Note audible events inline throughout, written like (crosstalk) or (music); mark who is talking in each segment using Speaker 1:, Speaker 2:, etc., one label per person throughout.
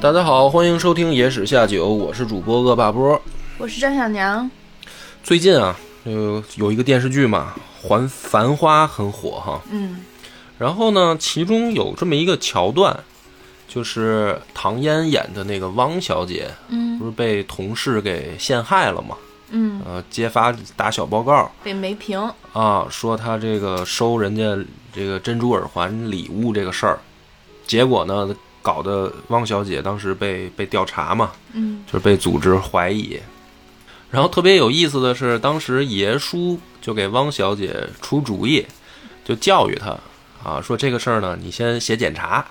Speaker 1: 大家好，欢迎收听《野史下酒》，我是主播恶霸波。
Speaker 2: 我是张小娘，
Speaker 1: 最近啊，有有一个电视剧嘛，《还繁花》很火哈。
Speaker 2: 嗯
Speaker 1: 然后呢，其中有这么一个桥段，就是唐嫣演的那个汪小姐，
Speaker 2: 嗯
Speaker 1: 不是被同事给陷害了嘛？
Speaker 2: 嗯，
Speaker 1: 呃，揭发打小报告
Speaker 2: 被梅平，
Speaker 1: 啊，说她这个收人家这个珍珠耳环礼物这个事儿，结果呢，搞得汪小姐当时被被调查嘛，
Speaker 2: 嗯
Speaker 1: 就是被组织怀疑。然后特别有意思的是，当时爷叔就给汪小姐出主意，就教育她啊，说这个事儿呢，你先写检查。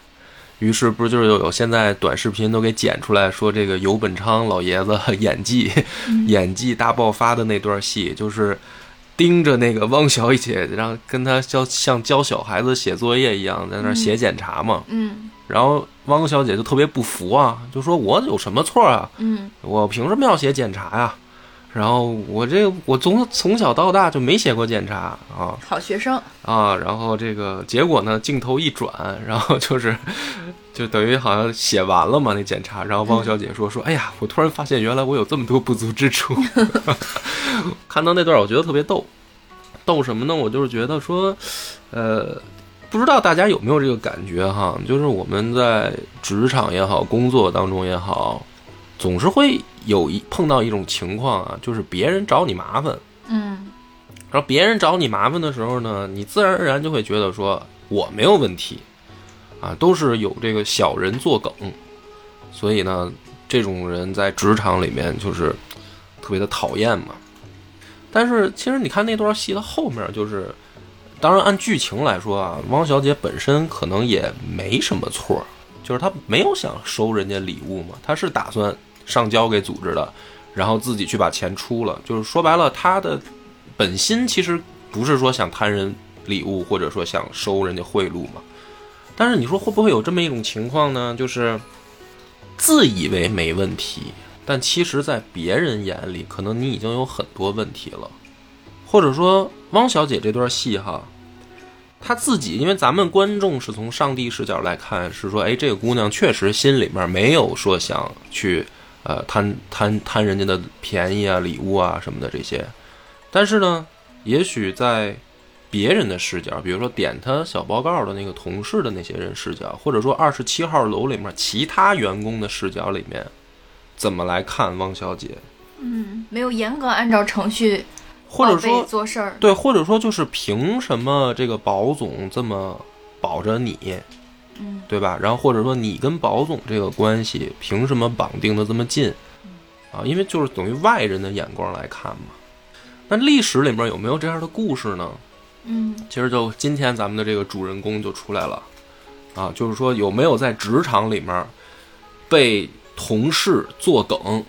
Speaker 1: 于是不是就是有现在短视频都给剪出来说这个游本昌老爷子 (laughs) 演技演技大爆发的那段戏，就是盯着那个汪小姐，让跟她教像教小孩子写作业一样，在那儿写检查嘛。
Speaker 2: 嗯
Speaker 1: 然后汪小姐就特别不服啊，就说我有什么错啊？
Speaker 2: 嗯
Speaker 1: 我凭什么要写检查呀、然后我这个我从从小到大就没写过检查啊
Speaker 2: 好学生，
Speaker 1: 啊，然后这个结果呢，镜头一转，然后就是就等于好像写完了嘛那检查，然后汪小姐说说，哎呀，我突然发现原来我有这么多不足之处， (laughs) 看到那段我觉得特别逗，逗什么呢？我就是觉得说，呃。不知道大家有没有这个感觉哈，就是我们在职场也好，工作当中也好，总是会有一碰到一种情况啊，就是别人找你麻烦，
Speaker 2: 嗯
Speaker 1: 然后别人找你麻烦的时候呢，你自然而然就会觉得说我没有问题，啊，都是有这个小人作梗，所以呢，这种人在职场里面就是特别的讨厌嘛。但是其实你看那段戏的后面，就是当然按剧情来说啊，汪小姐本身可能也没什么错儿，就是她没有想收人家礼物嘛，她是打算上交给组织的，然后自己去把钱出了，就是说白了，她的本心其实不是说想贪人礼物，或者说想收人家贿赂嘛。但是你说会不会有这么一种情况呢？就是自以为没问题，但其实在别人眼里，可能你已经有很多问题了。或者说，汪小姐这段戏哈，她自己，因为咱们观众是从上帝视角来看，是说，哎，这个姑娘确实心里面没有说想去呃贪贪贪人家的便宜啊、礼物啊什么的这些。但是呢，也许在别人的视角，比如说点他小报告的那个同事的那些人视角，或者说二十七号楼里面其他员工的视角里面，怎么来看汪小姐，
Speaker 2: 嗯，没有严格按照程序
Speaker 1: 或者
Speaker 2: 报备
Speaker 1: 说
Speaker 2: 做事儿，
Speaker 1: 对，或者说就是凭什么这个保总这么保着你，
Speaker 2: 嗯
Speaker 1: 对吧？然后或者说你跟保总这个关系凭什么绑定的这么近啊？因为就是等于外人的眼光来看嘛。那历史里面有没有这样的故事呢？
Speaker 2: 嗯
Speaker 1: 其实就今天咱们的这个主人公就出来了，啊，就是说有没有在职场里面被同事作梗，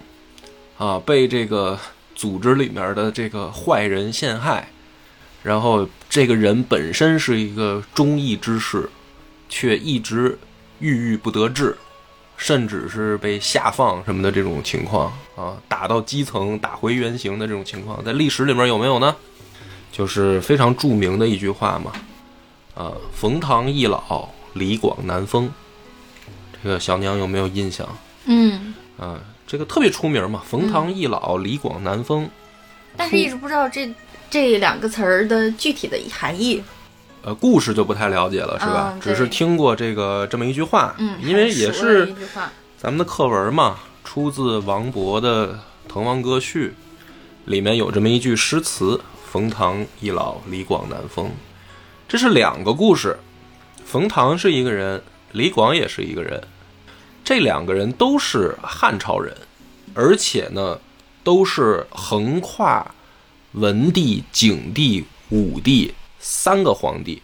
Speaker 1: 啊，被这个组织里面的这个坏人陷害，然后这个人本身是一个忠义之士，却一直郁郁不得志，甚至是被下放什么的这种情况啊，打到基层打回原形的这种情况，在历史里面有没有呢？就是非常著名的一句话嘛，啊，冯唐易老，李广难封。这个小娘有没有印象？
Speaker 2: 嗯，
Speaker 1: 啊，这个特别出名嘛，冯唐易老，李广难封。
Speaker 2: 但是一直不知道这这两个词儿的具体的含义，
Speaker 1: 呃，故事就不太了解了，是吧？
Speaker 2: 嗯对
Speaker 1: 只是听过这个这么一句话，
Speaker 2: 嗯，
Speaker 1: 因为也
Speaker 2: 很熟的
Speaker 1: 是
Speaker 2: 一句话，
Speaker 1: 咱们的课文嘛，出自王勃的《滕王阁序》，里面有这么一句诗词：“冯唐易老，李广难封。”这是两个故事，冯唐是一个人，李广也是一个人，这两个人都是汉朝人，而且呢，都是横跨文帝、景帝、武帝三个皇帝，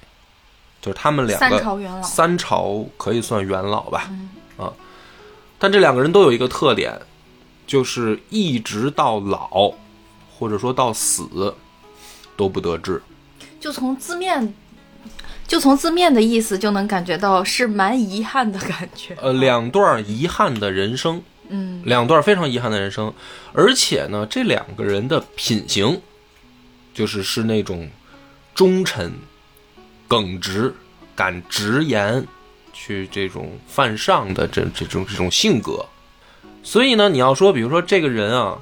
Speaker 1: 就是他们两个
Speaker 2: 三朝元老，
Speaker 1: 三朝可以算元老吧，
Speaker 2: 嗯
Speaker 1: 啊，但这两个人都有一个特点，就是一直到老，或者说到死，都不得志。
Speaker 2: 就从字面。就从字面的意思就能感觉到是蛮遗憾的感觉。
Speaker 1: 呃，两段遗憾的人生，
Speaker 2: 嗯
Speaker 1: 两段非常遗憾的人生，而且呢，这两个人的品行，就是是那种忠臣、耿直、敢直言去这种犯上的这这种这种性格。所以呢，你要说，比如说这个人啊，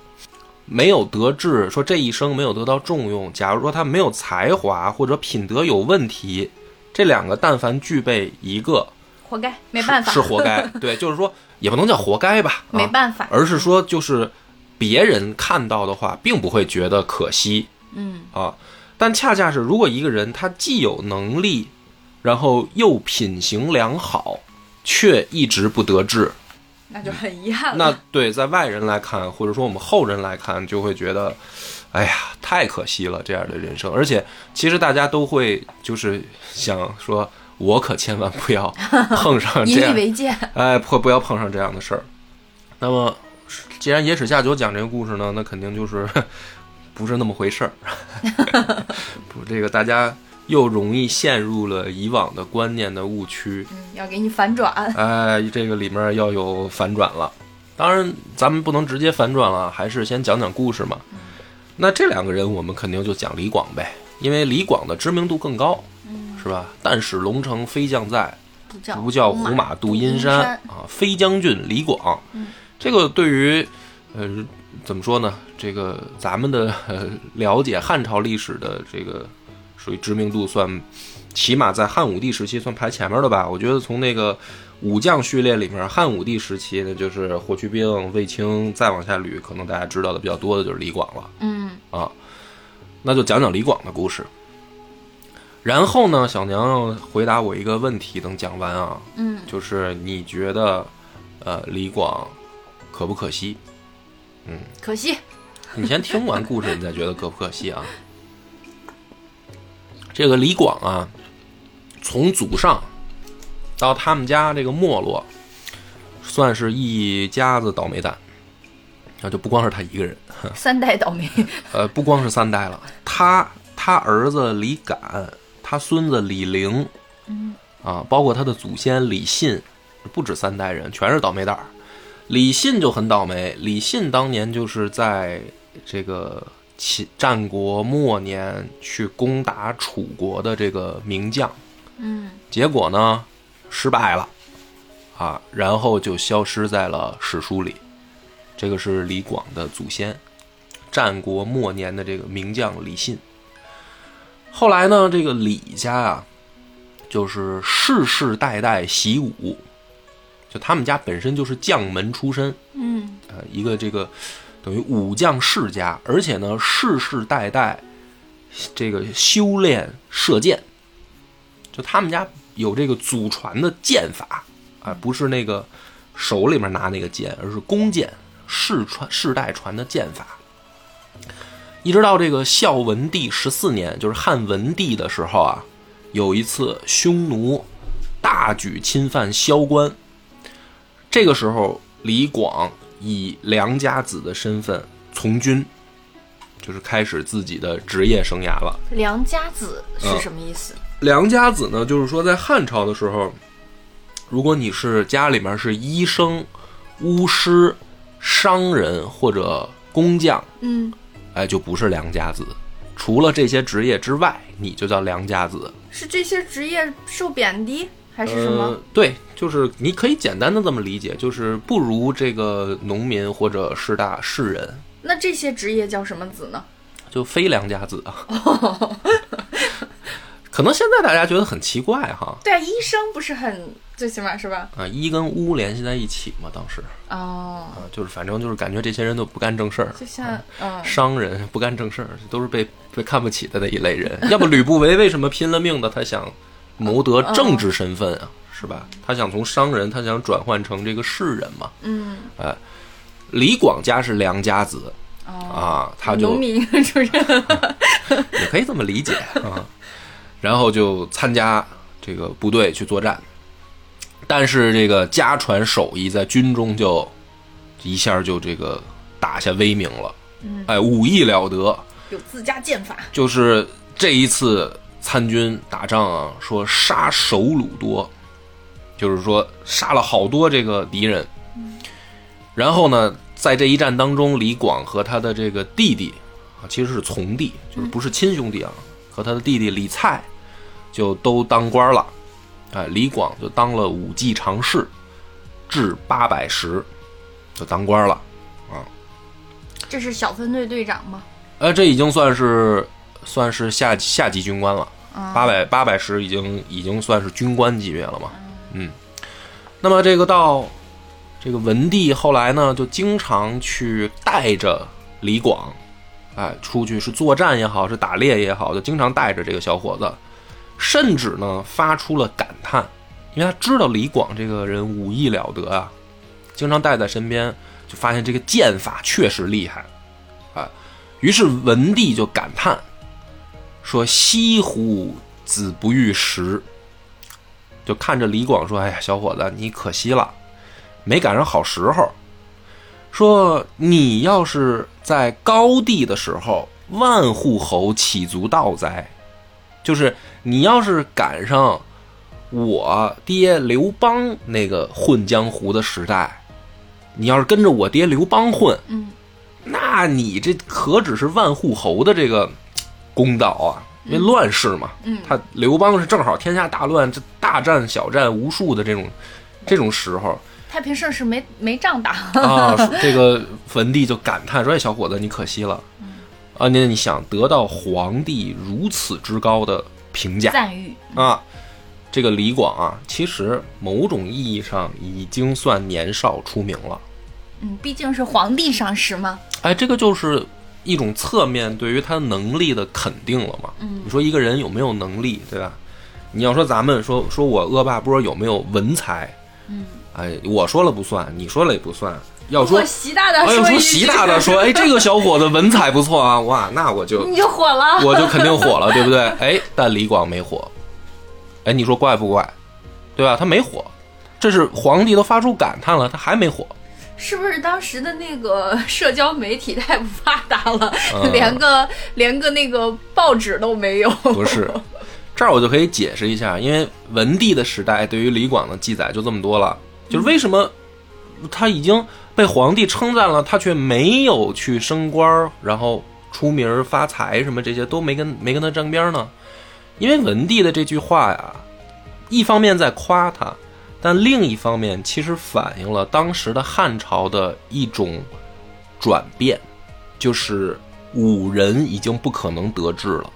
Speaker 1: 没有得志，说这一生没有得到重用。假如说他没有才华或者品德有问题，这两个但凡具备一个，
Speaker 2: 活该，没办法，
Speaker 1: 是活该。对，就是说也不能叫活该吧，
Speaker 2: 没
Speaker 1: 啊，
Speaker 2: 办法，
Speaker 1: 而是说就是别人看到的话，并不会觉得可惜
Speaker 2: 嗯
Speaker 1: 啊。但恰恰是，如果一个人他既有能力，然后又品行良好，却一直不得志，
Speaker 2: 那就很遗憾
Speaker 1: 那
Speaker 2: 了。
Speaker 1: 对，在外人来看，或者说我们后人来看，就会觉得，哎呀，太可惜了这样的人生。而且，其实大家都会就是想说，我可千万不要碰上
Speaker 2: (laughs)
Speaker 1: 嗯
Speaker 2: 引
Speaker 1: 这
Speaker 2: 以
Speaker 1: 样，
Speaker 2: 为戒，
Speaker 1: 哎，不不要碰上这样的事儿。那么，既然野史下酒讲这个故事呢，那肯定就是 (laughs) 不是那么回事儿。 (laughs) 不，这个大家又容易陷入了以往的观念的误区。
Speaker 2: 嗯，要给你反转。
Speaker 1: 哎，这个里面要有反转了。当然，咱们不能直接反转了，还是先讲讲故事嘛。那这两个人，我们肯定就讲李广呗，因为李广的知名度更高，
Speaker 2: 嗯，
Speaker 1: 是吧？但使龙城飞将在，
Speaker 2: 不叫
Speaker 1: 不教胡马度嗯阴山
Speaker 2: 山
Speaker 1: 啊！飞将军李广
Speaker 2: 嗯，
Speaker 1: 这个对于呃怎么说呢？这个咱们的、呃、了解汉朝历史的这个属于知名度算，起码在汉武帝时期算排前面的吧。我觉得从那个武将序列里面，汉武帝时期呢就是霍去病、卫青，再往下捋，可能大家知道的比较多的就是李广了。
Speaker 2: 嗯
Speaker 1: 啊，那就讲讲李广的故事。然后呢，小娘要回答我一个问题，等讲完啊，
Speaker 2: 嗯，
Speaker 1: 就是你觉得，呃，李广可不可惜？
Speaker 2: 可惜，
Speaker 1: 你先听完故事，你再觉得可不可惜啊？这个李广啊，从祖上到他们家这个没落，算是一家子倒霉蛋，那就不光是他一个人。
Speaker 2: 三代倒霉。
Speaker 1: 呃，不光是三代了，他他儿子李敢，他孙子李陵，
Speaker 2: 嗯
Speaker 1: 啊，包括他的祖先李信，不止三代人，全是倒霉蛋儿。李信就很倒霉，李信当年就是在这个秦战国末年去攻打楚国的这个名将，
Speaker 2: (laughs) 嗯
Speaker 1: 结果呢失败了，啊，然后就消失在了史书里。这个是李广的祖先，战国末年的这个名将李信。后来呢，这个李家啊，就是世世代代习武，就他们家本身就是将门出身，
Speaker 2: 嗯，
Speaker 1: 呃，一个这个等于武将世家，而且呢，世世代代这个修炼射箭，就他们家有这个祖传的剑法啊、不是那个手里面拿那个剑，而是弓箭，世传世代传的剑法。一直到这个孝文帝十四年，就是汉文帝的时候啊，有一次匈奴大举侵犯萧关，这个时候，李广以良家子的身份从军，就是开始自己的职业生涯了。
Speaker 2: 良家子是
Speaker 1: 嗯
Speaker 2: 什么意思？
Speaker 1: 良家子呢，就是说在汉朝的时候，如果你是家里面是医生、巫师、商人或者工匠，
Speaker 2: 嗯，
Speaker 1: 哎，就不是良家子。除了这些职业之外，你就叫良家子。
Speaker 2: 是这些职业受贬低还是什么
Speaker 1: 呃？？对，就是你可以简单的这么理解，就是不如这个农民或者士大士人。
Speaker 2: 那这些职业叫什么子呢？
Speaker 1: 就非良家子啊。可能现在大家觉得很奇怪哈，
Speaker 2: 对啊，医生不是很最起码是吧？
Speaker 1: 啊，一跟巫联系在一起嘛，当时
Speaker 2: 哦，
Speaker 1: 啊，就是反正就是感觉这些人都不干正事儿，
Speaker 2: 就像嗯
Speaker 1: 商人不干正事儿，都是被被看不起的那一类
Speaker 2: (laughs)
Speaker 1: 人。要不吕不韦为什么拼了命的他想谋
Speaker 2: 嗯
Speaker 1: 得政治身份啊，是吧？他想从商人，他想转换成这个士人嘛。啊
Speaker 2: 嗯
Speaker 1: 李广家是良家子
Speaker 2: 哦，
Speaker 1: 啊，他就
Speaker 2: 农民主任，
Speaker 1: 也可以这么理解啊。然后就参加这个部队去作战，但是这个家传手艺在军中就一下就这个打下威名了
Speaker 2: 嗯，
Speaker 1: 哎，武艺了得，
Speaker 2: 有自家剑法。
Speaker 1: 就是这一次参军打仗啊，说杀首虏多，就是说杀了好多这个敌人。然后呢，在这一战当中，李广和他的这个弟弟啊，其实是从弟，就是不是亲兄弟啊，和他的弟弟李蔡就都当官了。哎，李广就当了武技常侍，至八百时就当官了。
Speaker 2: 这是小分队队长吗？
Speaker 1: 呃，这已经算是算是下级下级军官了。
Speaker 2: 啊，
Speaker 1: 八百八百石已经已经算是军官级别了嘛。嗯，那么这个到这个文帝后来呢，就经常去带着李广，哎，出去是作战也好，是打猎也好，就经常带着这个小伙子，甚至呢发出了感叹，因为他知道李广这个人武艺了得啊，经常带在身边，就发现这个剑法确实厉害，哎，于是文帝就感叹。说：“西湖子不遇时。”就看着李广说：“哎呀，小伙子，你可惜了，没赶上好时候。说你要是在高地的时候，万户侯岂足道哉？就是你要是赶上我爹刘邦那个混江湖的时代，你要是跟着我爹刘邦混，
Speaker 2: 嗯，
Speaker 1: 那你这可只是万户侯的这个公道啊，因为乱世嘛，
Speaker 2: 嗯
Speaker 1: 他刘邦是正好天下大乱，这大战小战无数的这种这种时候
Speaker 2: 太平盛世没没仗打，
Speaker 1: 啊，说这个文帝就感叹说：“哎，小伙子，你可惜了啊！你你想得到皇帝如此之高的评价
Speaker 2: 赞誉，
Speaker 1: 啊？”这个李广啊，其实某种意义上已经算年少出名了。
Speaker 2: 嗯，毕竟是皇帝赏识嘛，
Speaker 1: 哎，这个就是一种侧面对于他能力的肯定了嘛。
Speaker 2: 嗯
Speaker 1: 你说一个人有没有能力，对吧？你要说咱们说说我恶霸波有没有文采，
Speaker 2: 嗯，
Speaker 1: 哎，我说了不算，你说了也不算。要说
Speaker 2: 我，习大大
Speaker 1: 哎，要
Speaker 2: 说
Speaker 1: 说
Speaker 2: 一
Speaker 1: 习
Speaker 2: 句，
Speaker 1: 大大说，哎，这个小伙子文采不错啊，哇，那我就
Speaker 2: (laughs) 你就火了，
Speaker 1: 我就肯定火了，对不对？哎，但李广没火，哎，你说怪不怪？对吧？他没火，这是皇帝都发出感叹了，他还没火。
Speaker 2: 是不是当时的那个 (laughs) 社交媒体太不发达了，
Speaker 1: 嗯
Speaker 2: (laughs) 连个连个那个报纸都没有？ (laughs)
Speaker 1: 不是，这儿我就可以解释一下，因为文帝的时代对于李广的记载就这么多了，就是为什么他已经被皇帝称赞了，他却没有去升官儿，然后出名儿发财什么这些都没跟没跟他沾边儿呢？因为文帝的这句话呀，一方面在夸他，但另一方面其实反映了当时的汉朝的一种转变，就是武人已经不可能得志了。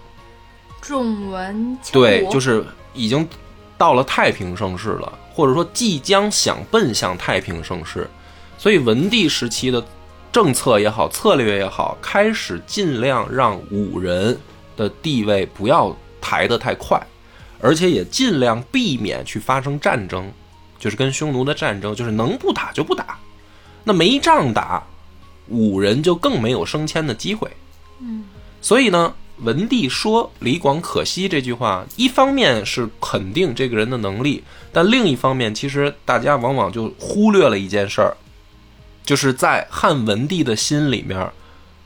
Speaker 2: 重文轻武，
Speaker 1: 对，就是已经到了太平盛世了，或者说即将想奔向太平盛世，所以文帝时期的政策也好，策略也好，开始尽量让武人的地位不要抬得太快，而且也尽量避免去发生战争，就是跟匈奴的战争，就是能不打就不打，那没仗打，武人就更没有升迁的机会。
Speaker 2: 嗯，
Speaker 1: 所以呢，文帝说李广可惜这句话，一方面是肯定这个人的能力，但另一方面，其实大家往往就忽略了一件事儿，就是在汉文帝的心里面，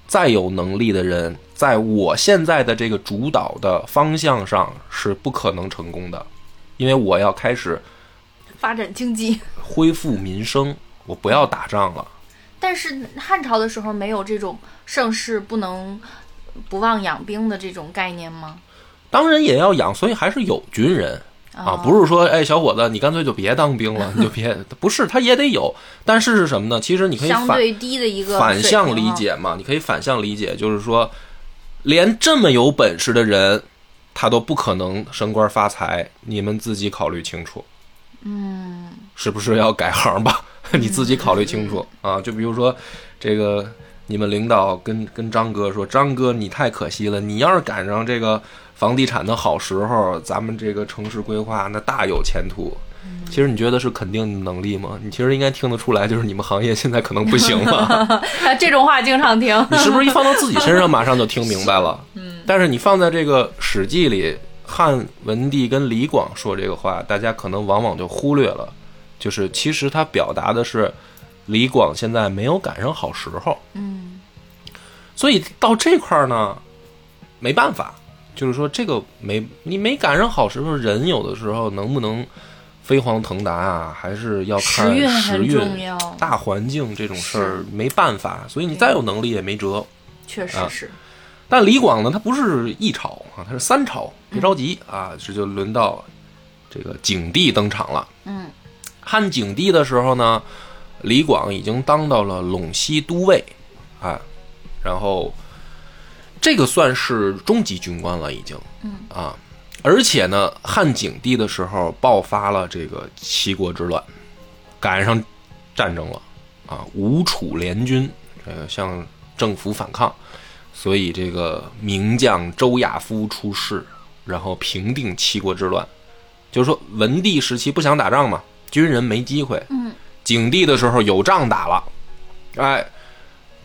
Speaker 1: 再有能力的人，在我现在的这个主导的方向上是不可能成功的，因为我要开始
Speaker 2: 发展经济。
Speaker 1: 恢复民生，我不要打仗了。
Speaker 2: 但是汉朝的时候没有这种盛世不能不忘养兵的这种概念吗？
Speaker 1: 当然也要养，所以还是有军人
Speaker 2: 哦
Speaker 1: 啊，不是说哎，小伙子，你干脆就别当兵
Speaker 2: (laughs)
Speaker 1: 了，你就别不是，他也得有，但是是什么呢？其实你可以
Speaker 2: 相
Speaker 1: 反
Speaker 2: 对低的一个
Speaker 1: 反
Speaker 2: 水
Speaker 1: 向
Speaker 2: 平
Speaker 1: 理
Speaker 2: 啊，
Speaker 1: 解嘛，你可以反向理解，就是说，连这么有本事的人，他都不可能升官发财，你们自己考虑清楚。
Speaker 2: 嗯， (laughs)
Speaker 1: 是不是要改行吧？你自己考虑清楚啊！就比如说，这个你们领导跟跟张哥说，张哥你太可惜了，你要是赶上这个房地产的好时候，咱们这个城市规划那大有前途。其实你觉得是肯定能力吗？你其实应该听得出来，就是你们行业现在可能不行了。
Speaker 2: 啊这种话经常听。 (laughs)
Speaker 1: 你是不是一放到自己身上，马上就听明白了？嗯。但是你放在这个《史记》里，汉文帝跟李广说这个话，大家可能往往就忽略了，就是其实他表达的是，李广现在没有赶上好时候。
Speaker 2: 嗯，
Speaker 1: 所以到这块儿呢，没办法，就是说这个没你没赶上好时候，人有的时候能不能飞黄腾达啊，还是要看
Speaker 2: 时运
Speaker 1: 时
Speaker 2: 很
Speaker 1: 运
Speaker 2: 重要，
Speaker 1: 大环境这种事儿没办法，所以你再有能力也没辙。
Speaker 2: 确实
Speaker 1: 啊
Speaker 2: 是。嗯
Speaker 1: 但李广呢，他不是一朝啊，他是三朝，别着急啊，这就轮到这个景帝登场了。
Speaker 2: 嗯
Speaker 1: 汉景帝的时候呢，李广已经当到了陇西都尉，啊，然后这个算是中级军官了，已经，
Speaker 2: 嗯
Speaker 1: 啊，而且呢，汉景帝的时候爆发了这个七国之乱，赶上战争了，啊，吴楚联军，这个向政府反抗，所以这个名将周亚夫出仕，然后平定七国之乱。就是说，文帝时期不想打仗嘛，军人没机会。
Speaker 2: 嗯，
Speaker 1: 景帝的时候有仗打了，哎，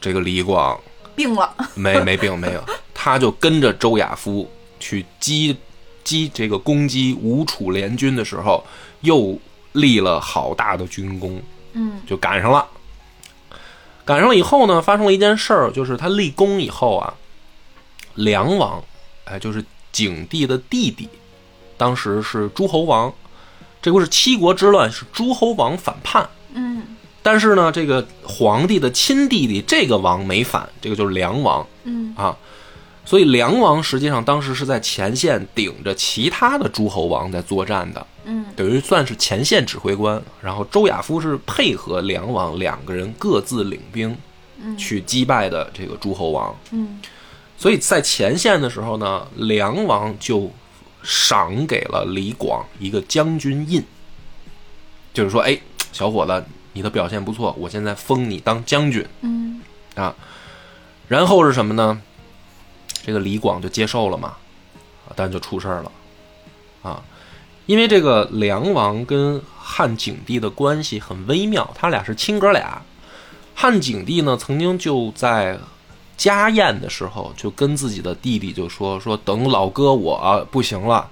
Speaker 1: 这个李广
Speaker 2: 病了，
Speaker 1: 没没病没有，他就跟着周亚夫去击击这个攻击吴楚联军的时候，又立了好大的军功，
Speaker 2: 嗯
Speaker 1: 就赶上了。赶上了以后呢，发生了一件事儿，就是他立功以后啊，梁王，哎，就是景帝的弟弟，当时是诸侯王，这不是七国之乱，是诸侯王反叛。
Speaker 2: 嗯
Speaker 1: 但是呢，这个皇帝的亲弟弟这个王没反，这个就是梁王
Speaker 2: 嗯
Speaker 1: 啊。所以梁王实际上当时是在前线顶着其他的诸侯王在作战的，
Speaker 2: 嗯
Speaker 1: 等于算是前线指挥官。然后周亚夫是配合梁王两个人各自领兵
Speaker 2: 嗯
Speaker 1: 去击败的这个诸侯王。
Speaker 2: 嗯
Speaker 1: 所以在前线的时候呢，梁王就赏给了李广一个将军印，就是说，哎，小伙子，你的表现不错，我现在封你当将军
Speaker 2: 嗯
Speaker 1: 啊。然后是什么呢？这个李广就接受了嘛，啊，但就出事儿了，啊，因为这个梁王跟汉景帝的关系很微妙，他俩是亲哥俩。汉景帝呢，曾经就在家宴的时候，就跟自己的弟弟就说说，等老哥我、啊不行了，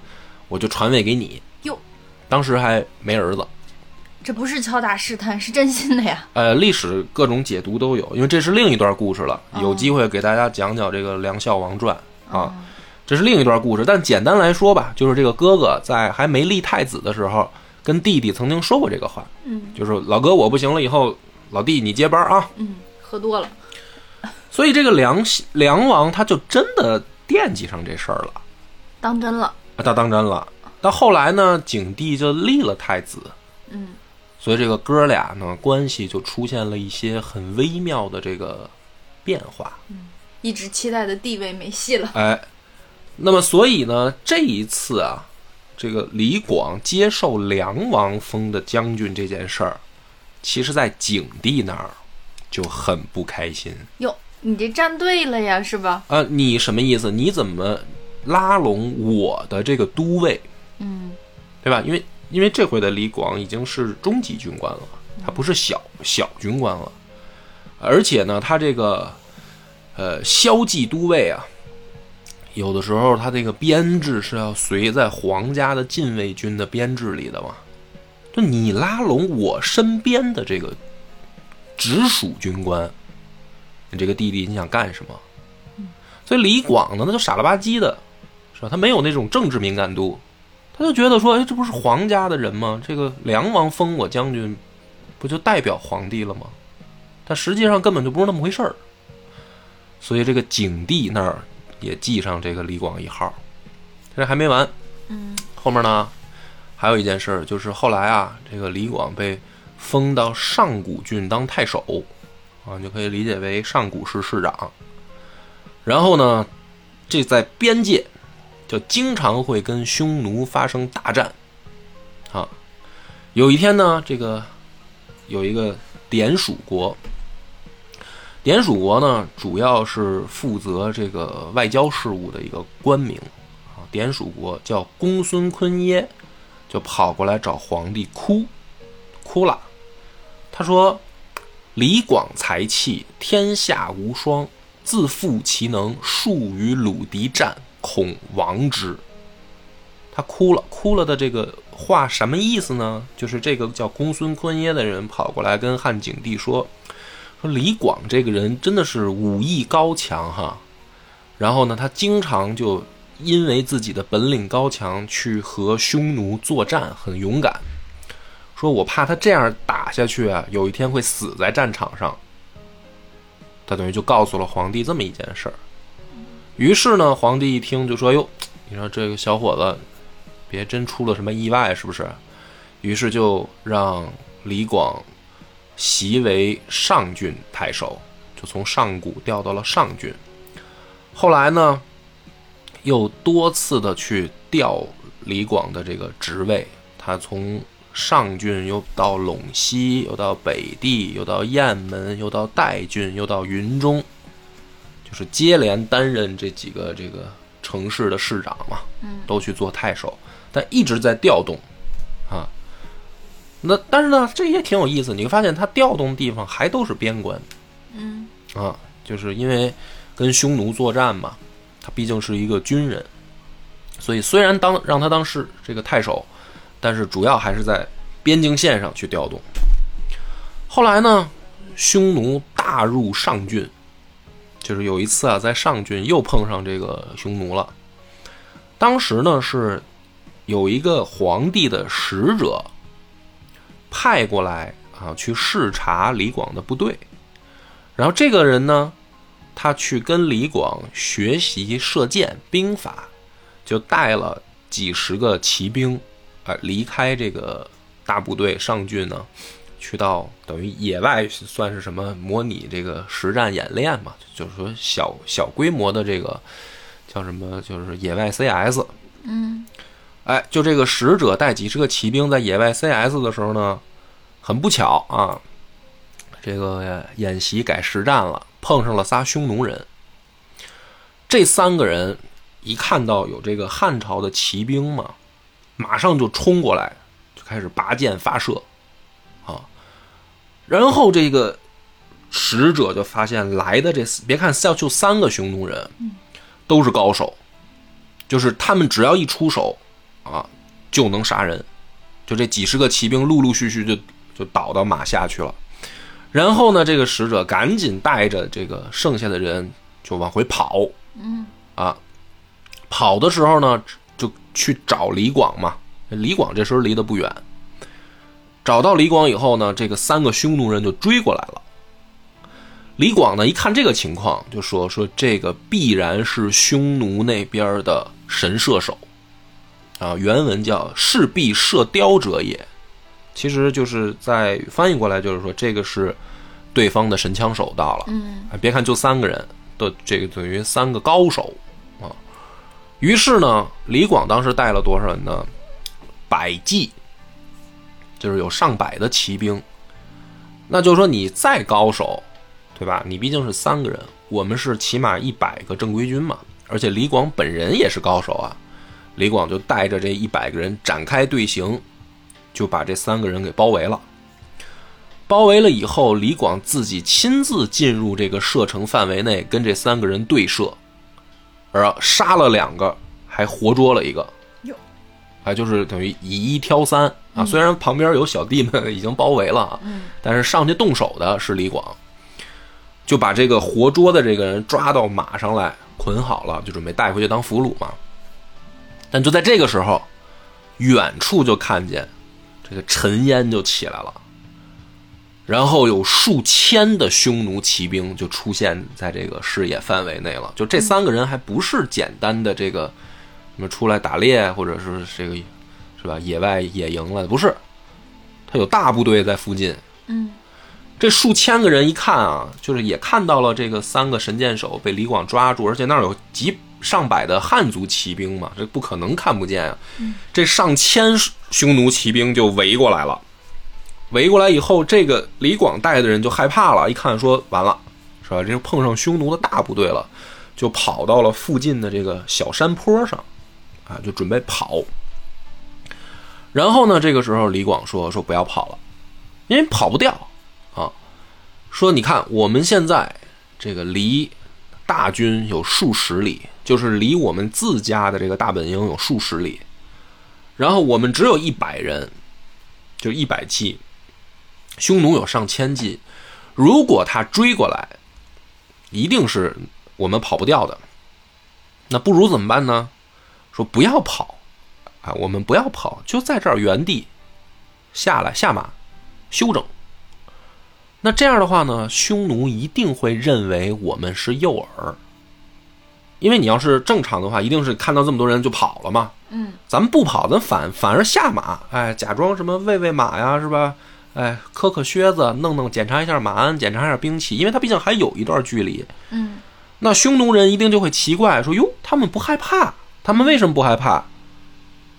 Speaker 1: 我就传位给你。
Speaker 2: 哟，
Speaker 1: 当时还没儿子，
Speaker 2: 这不是敲打试探，是真心的呀。
Speaker 1: 呃，历史各种解读都有，因为这是另一段故事了，有机会给大家讲讲这个《梁孝王传》
Speaker 2: 哦
Speaker 1: 啊，
Speaker 2: 嗯
Speaker 1: 这是另一段故事。但简单来说吧，就是这个哥哥在还没立太子的时候，跟弟弟曾经说过这个话，
Speaker 2: 嗯
Speaker 1: 就是老哥我不行了，以后老弟你接班啊。
Speaker 2: 嗯，喝多了。
Speaker 1: 所以这个梁梁王他就真的惦记上这事儿了，
Speaker 2: 当真了。
Speaker 1: 啊他当真了。但后来呢，景帝就立了太子，
Speaker 2: 嗯
Speaker 1: 所以这个哥俩呢关系就出现了一些很微妙的这个变化。
Speaker 2: 一直期待的地位没戏了。
Speaker 1: 哎，那么所以呢，这一次啊，这个李广接受梁王封的将军这件事儿，其实在景帝那儿就很不开心
Speaker 2: 哟，你这站对了呀，是吧？
Speaker 1: 啊、你什么意思？你怎么拉拢我的这个都尉，
Speaker 2: 嗯
Speaker 1: 对吧？因为因为这回的李广已经是中级军官了，他不是小小军官了，而且呢，他这个呃骁骑都尉啊，有的时候他这个编制是要随在皇家的禁卫军的编制里的嘛。就你拉拢我身边的这个直属军官，你这个弟弟你想干什么？所以李广呢，他就傻了吧唧的，是吧？他没有那种政治敏感度，他就觉得说，哎，这不是皇家的人吗？这个梁王封我将军，不就代表皇帝了吗？但实际上根本就不是那么回事儿。所以这个景帝那儿也记上这个李广一号。这还没完，
Speaker 2: 嗯
Speaker 1: 后面呢还有一件事儿，就是后来啊，这个李广被封到上古郡当太守，啊，你就可以理解为上古市市长。然后呢，这在边界就经常会跟匈奴发生大战，啊，有一天呢，这个有一个典属国，典属国呢主要是负责这个外交事务的一个官名，啊，典属国叫公孙坤耶，就跑过来找皇帝哭，哭了。他说：“李广才气，天下无双，自负其能，数与鲁敌战，恐亡之。”他哭了，哭了的这个话什么意思呢？就是这个叫公孙坤耶的人跑过来跟汉景帝说：“说李广这个人真的是武艺高强哈，然后呢，他经常就因为自己的本领高强去和匈奴作战，很勇敢。说我怕他这样打下去啊，有一天会死在战场上。他等于就告诉了皇帝这么一件事儿。于是呢，皇帝一听就说：“哟，你说这个小伙子别真出了什么意外，是不是？于是就让李广袭为上郡太守，就从上谷调到了上郡。后来呢，又多次的去调李广的这个职位，他从上郡又到陇西，又到北地，又到雁门，又到代郡，又到云中，就是接连担任这几个这个城市的市长嘛，
Speaker 2: 嗯
Speaker 1: 都去做太守，但一直在调动啊。那但是呢，这也挺有意思，你会发现他调动地方还都是边关，
Speaker 2: 嗯
Speaker 1: 啊，就是因为跟匈奴作战嘛，他毕竟是一个军人，所以虽然当让他当是这个太守，但是主要还是在边境线上去调动。后来呢，匈奴大入上郡，就是有一次啊，在上郡又碰上这个匈奴了。当时呢是有一个皇帝的使者派过来啊，去视察李广的部队。然后这个人呢，他去跟李广学习射箭兵法，就带了几十个骑兵，啊，离开这个大部队上郡呢，去到等于野外算是什么模拟这个实战演练嘛，就是说小小规模的这个叫什么，就是野外 CS。
Speaker 2: 嗯
Speaker 1: 哎，就这个使者带几十个骑兵在野外 CS 的时候呢，很不巧啊，这个演习改实战了，碰上了仨匈奴人。这三个人一看到有这个汉朝的骑兵嘛，马上就冲过来，就开始拔箭发射，啊，然后这个使者就发现来的这四别看就就三个匈奴人，都是高手，就是他们只要一出手，啊，就能杀人。就这几十个骑兵陆陆续续就就倒到马下去了。然后呢，这个使者赶紧带着这个剩下的人就往回跑。
Speaker 2: 嗯
Speaker 1: 啊，跑的时候呢，就去找李广嘛。李广这时候离得不远，找到李广以后呢，这个三个匈奴人就追过来了。李广呢一看这个情况，就说说这个必然是匈奴那边的神射手，啊，原文叫“势必射雕者也”，其实就是在翻译过来就是说这个是对方的神枪手到了。
Speaker 2: 嗯
Speaker 1: 啊，别看就三个人的这个等于三个高手啊。于是呢，李广当时带了多少人呢？百骑，就是有上百的骑兵。那就是说你再高手，对吧？你毕竟是三个人，我们是起码一百个正规军嘛。而且李广本人也是高手啊。李广就带着这一百个人展开队形，就把这三个人给包围了。包围了以后，李广自己亲自进入这个射程范围内，跟这三个人对射，而杀了两个，还活捉了一个
Speaker 2: 哟，
Speaker 1: 啊，就是等于以一挑三啊。虽然旁边有小弟们已经包围了啊，
Speaker 2: 嗯
Speaker 1: 但是上去动手的是李广，就把这个活捉的这个人抓到马上来，捆好了，就准备带回去当俘虏嘛。但就在这个时候，远处就看见这个尘烟就起来了。然后有数千的匈奴骑兵就出现在这个视野范围内了。就这三个人还不是简单的这个什么出来打猎，或者是这个是吧野外野营了，不是，他有大部队在附近。
Speaker 2: 嗯
Speaker 1: 这数千个人一看啊，就是也看到了这个三个神箭手被李广抓住，而且那儿有几上百的汉族骑兵嘛，这不可能看不见啊。这上千匈奴骑兵就围过来了，围过来以后，这个李广带的人就害怕了，一看说完了，是吧？这碰上匈奴的大部队了，就跑到了附近的这个小山坡上，啊，就准备跑。然后呢，这个时候李广说说不要跑了，因为跑不掉。啊说你看我们现在这个离大军有数十里，就是离我们自家的这个大本营有数十里，然后我们只有一百人，就一百骑，匈奴有上千骑，如果他追过来，一定是我们跑不掉的。那不如怎么办呢？说不要跑，啊，我们不要跑，就在这儿原地下来下马休整。那这样的话呢，匈奴一定会认为我们是诱饵，因为你要是正常的话，一定是看到这么多人就跑了嘛。
Speaker 2: 嗯
Speaker 1: 咱们不跑，咱反反而下马，哎，假装什么喂喂马呀，是吧？哎，磕磕靴子，弄弄，检查一下马鞍，检查一下兵器，因为他毕竟还有一段距离。
Speaker 2: 嗯，
Speaker 1: 那匈奴人一定就会奇怪，说：“哟，他们不害怕，他们为什么不害怕？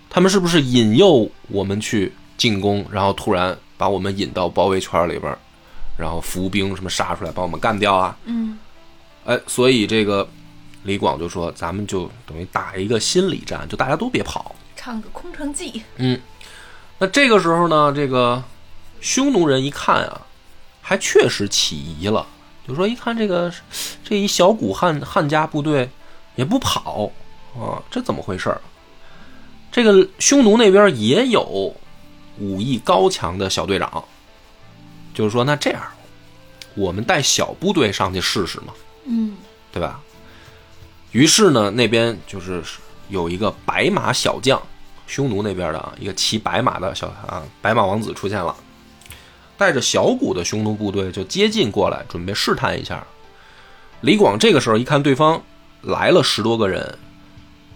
Speaker 1: 他们是不是引诱我们去进攻，然后突然把我们引到包围圈里边儿，然后伏兵什么杀出来把我们干掉啊？”
Speaker 2: 嗯
Speaker 1: 哎，所以这个李广就说：“咱们就等于打一个心理战，就大家都别跑。
Speaker 2: 唱个《空城计》。”
Speaker 1: 那这个时候呢，这个匈奴人一看啊，还确实起疑了，就说一看这个这一小股汉汉家部队也不跑啊，这怎么回事儿？这个匈奴那边也有武艺高强的小队长，就是说那这样，我们带小部队上去试试嘛。
Speaker 2: 嗯
Speaker 1: 对吧？于是呢，那边就是有一个白马小将，匈奴那边的啊，一个骑白马的小啊，白马王子出现了，带着小股的匈奴部队就接近过来，准备试探一下。李广这个时候一看对方来了十多个人，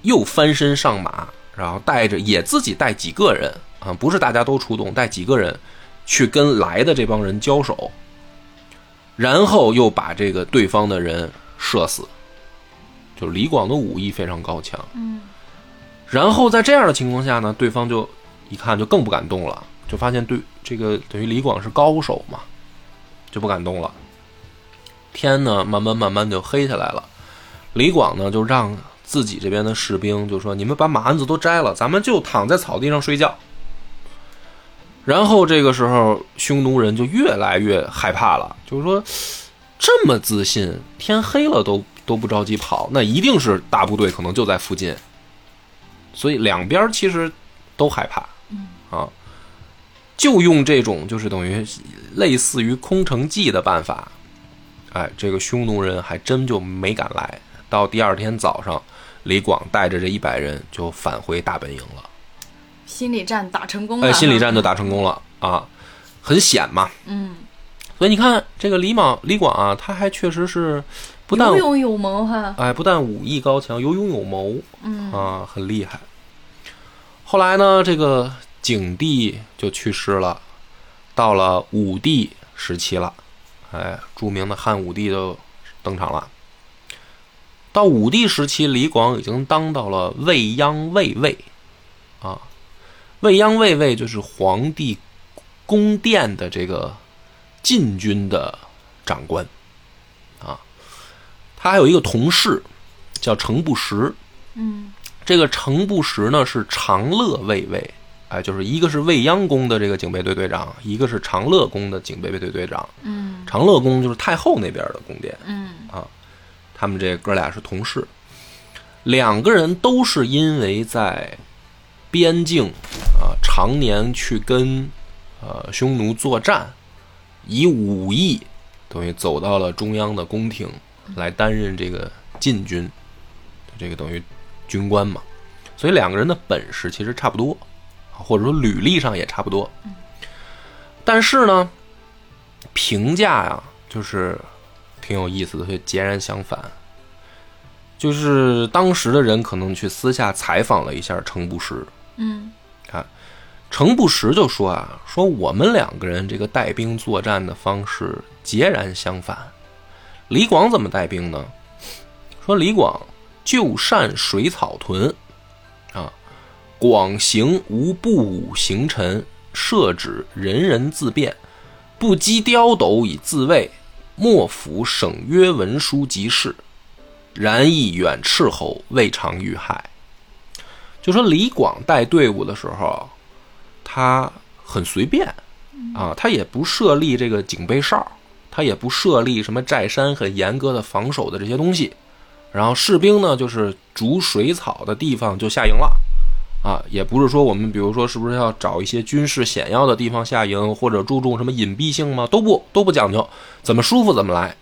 Speaker 1: 又翻身上马，然后带着也自己带几个人啊，不是大家都出动，带几个人去跟来的这帮人交手。然后又把这个对方的人射死。就是李广的武艺非常高强。
Speaker 2: 嗯
Speaker 1: 然后在这样的情况下呢，对方就一看就更不敢动了，就发现对这个等于李广是高手嘛，就不敢动了。天呢，慢慢慢慢就黑下来了。李广呢就让自己这边的士兵就说：“你们把马鞍子都摘了，咱们就躺在草地上睡觉。”然后这个时候，匈奴人就越来越害怕了，就是说这么自信，天黑了都都不着急跑，那一定是大部队可能就在附近，所以两边其实都害怕
Speaker 2: 嗯
Speaker 1: 啊。就用这种就是等于类似于空城计的办法，哎，这个匈奴人还真就没敢来。到第二天早上，李广带着这一百人就返回大本营了。
Speaker 2: 心理战打成功了。
Speaker 1: 哎，心理战就打成功了啊，很险嘛。
Speaker 2: 嗯，
Speaker 1: 所以你看，这个李莽李广啊，他还确实是不但
Speaker 2: 有勇有谋哈。
Speaker 1: 哎不但武艺高强，有勇有谋
Speaker 2: 嗯
Speaker 1: 啊，很厉害。后来呢，这个景帝就去世了，到了武帝时期了，哎，著名的汉武帝就登场了。到武帝时期，李广已经当到了未央卫尉，啊，未央卫尉就是皇帝宫殿的这个禁军的长官，啊，他还有一个同事叫程不识，
Speaker 2: 嗯
Speaker 1: 这个程不识呢是长乐卫尉，哎，就是一个是未央宫的这个警备队队长，一个是长乐宫的警备队队长。
Speaker 2: 嗯
Speaker 1: 长乐宫就是太后那边的宫殿，
Speaker 2: 嗯
Speaker 1: 他们这哥俩是同事，两个人都是因为在边境啊常年去跟呃匈奴作战，以武艺等于走到了中央的宫廷来担任这个禁军，这个等于军官嘛，所以两个人的本事其实差不多，或者说履历上也差不多，但是呢，评价呀、就是挺有意思的，却截然相反。就是当时的人可能去私下采访了一下程不识，
Speaker 2: 嗯
Speaker 1: 程不识就说啊，说我们两个人这个带兵作战的方式截然相反。李广怎么带兵呢？说李广就善水草屯，啊，广行无不武行臣，设止人人自便，不积刁斗以自卫，莫服省约文书及事。然亦远斥候，未尝遇害。就说李广带队伍的时候，啊他很随便啊，他也不设立这个警备哨，他也不设立什么寨山很严格的防守的这些东西。然后士兵呢，就是逐水草的地方就下营了啊，也不是说我们比如说是不是要找一些军事险要的地方下营，或者注重什么隐蔽性吗？都不都不讲究，怎么舒服怎么来。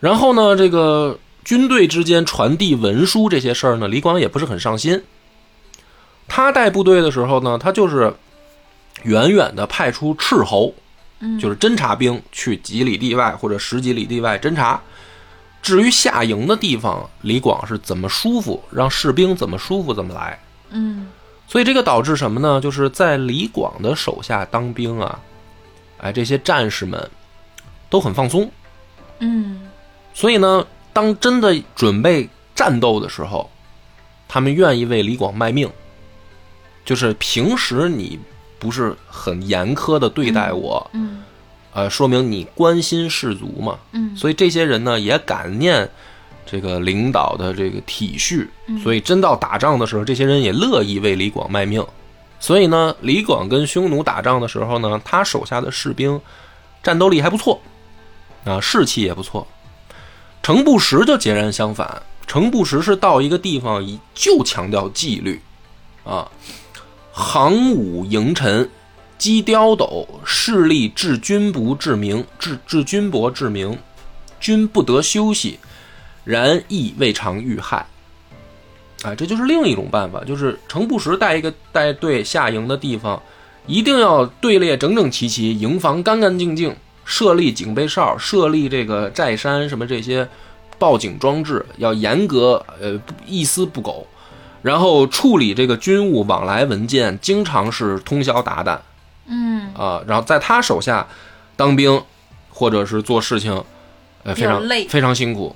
Speaker 1: 然后呢，这个军队之间传递文书这些事儿呢，李广也不是很上心。他带部队的时候呢，他就是远远的派出斥候，
Speaker 2: 嗯
Speaker 1: 就是侦察兵去几里地外或者十几里地外侦察。至于下营的地方，李广是怎么舒服，让士兵怎么舒服怎么来。
Speaker 2: 嗯
Speaker 1: 所以这个导致什么呢？就是在李广的手下当兵啊，哎，这些战士们都很放松。
Speaker 2: 嗯
Speaker 1: 所以呢，当真的准备战斗的时候，他们愿意为李广卖命。就是平时你不是很严苛的对待我，
Speaker 2: 嗯
Speaker 1: 呃，说明你关心士卒嘛。
Speaker 2: 嗯，
Speaker 1: 所以这些人呢也感念这个领导的这个体恤，
Speaker 2: 嗯
Speaker 1: 所以真到打仗的时候，这些人也乐意为李广卖命。所以呢，李广跟匈奴打仗的时候呢，他手下的士兵战斗力还不错，啊，士气也不错。程不识就截然相反，程不识是到一个地方以就强调纪律，啊，行伍迎臣，击刁斗，势力治军不治民，治治军薄治民，君不得休息，然亦未尝遇害。啊，这就是另一种办法，就是程不识带一个带队下营的地方，一定要队列整整齐齐，营房干干净净，设立警备哨，设立这个寨山什么这些报警装置，要严格，呃，不一丝不苟。然后处理这个军务往来文件，经常是通宵达旦
Speaker 2: 嗯
Speaker 1: 啊、然后在他手下当兵或者是做事情，呃，非常
Speaker 2: 比较累
Speaker 1: 非常辛苦。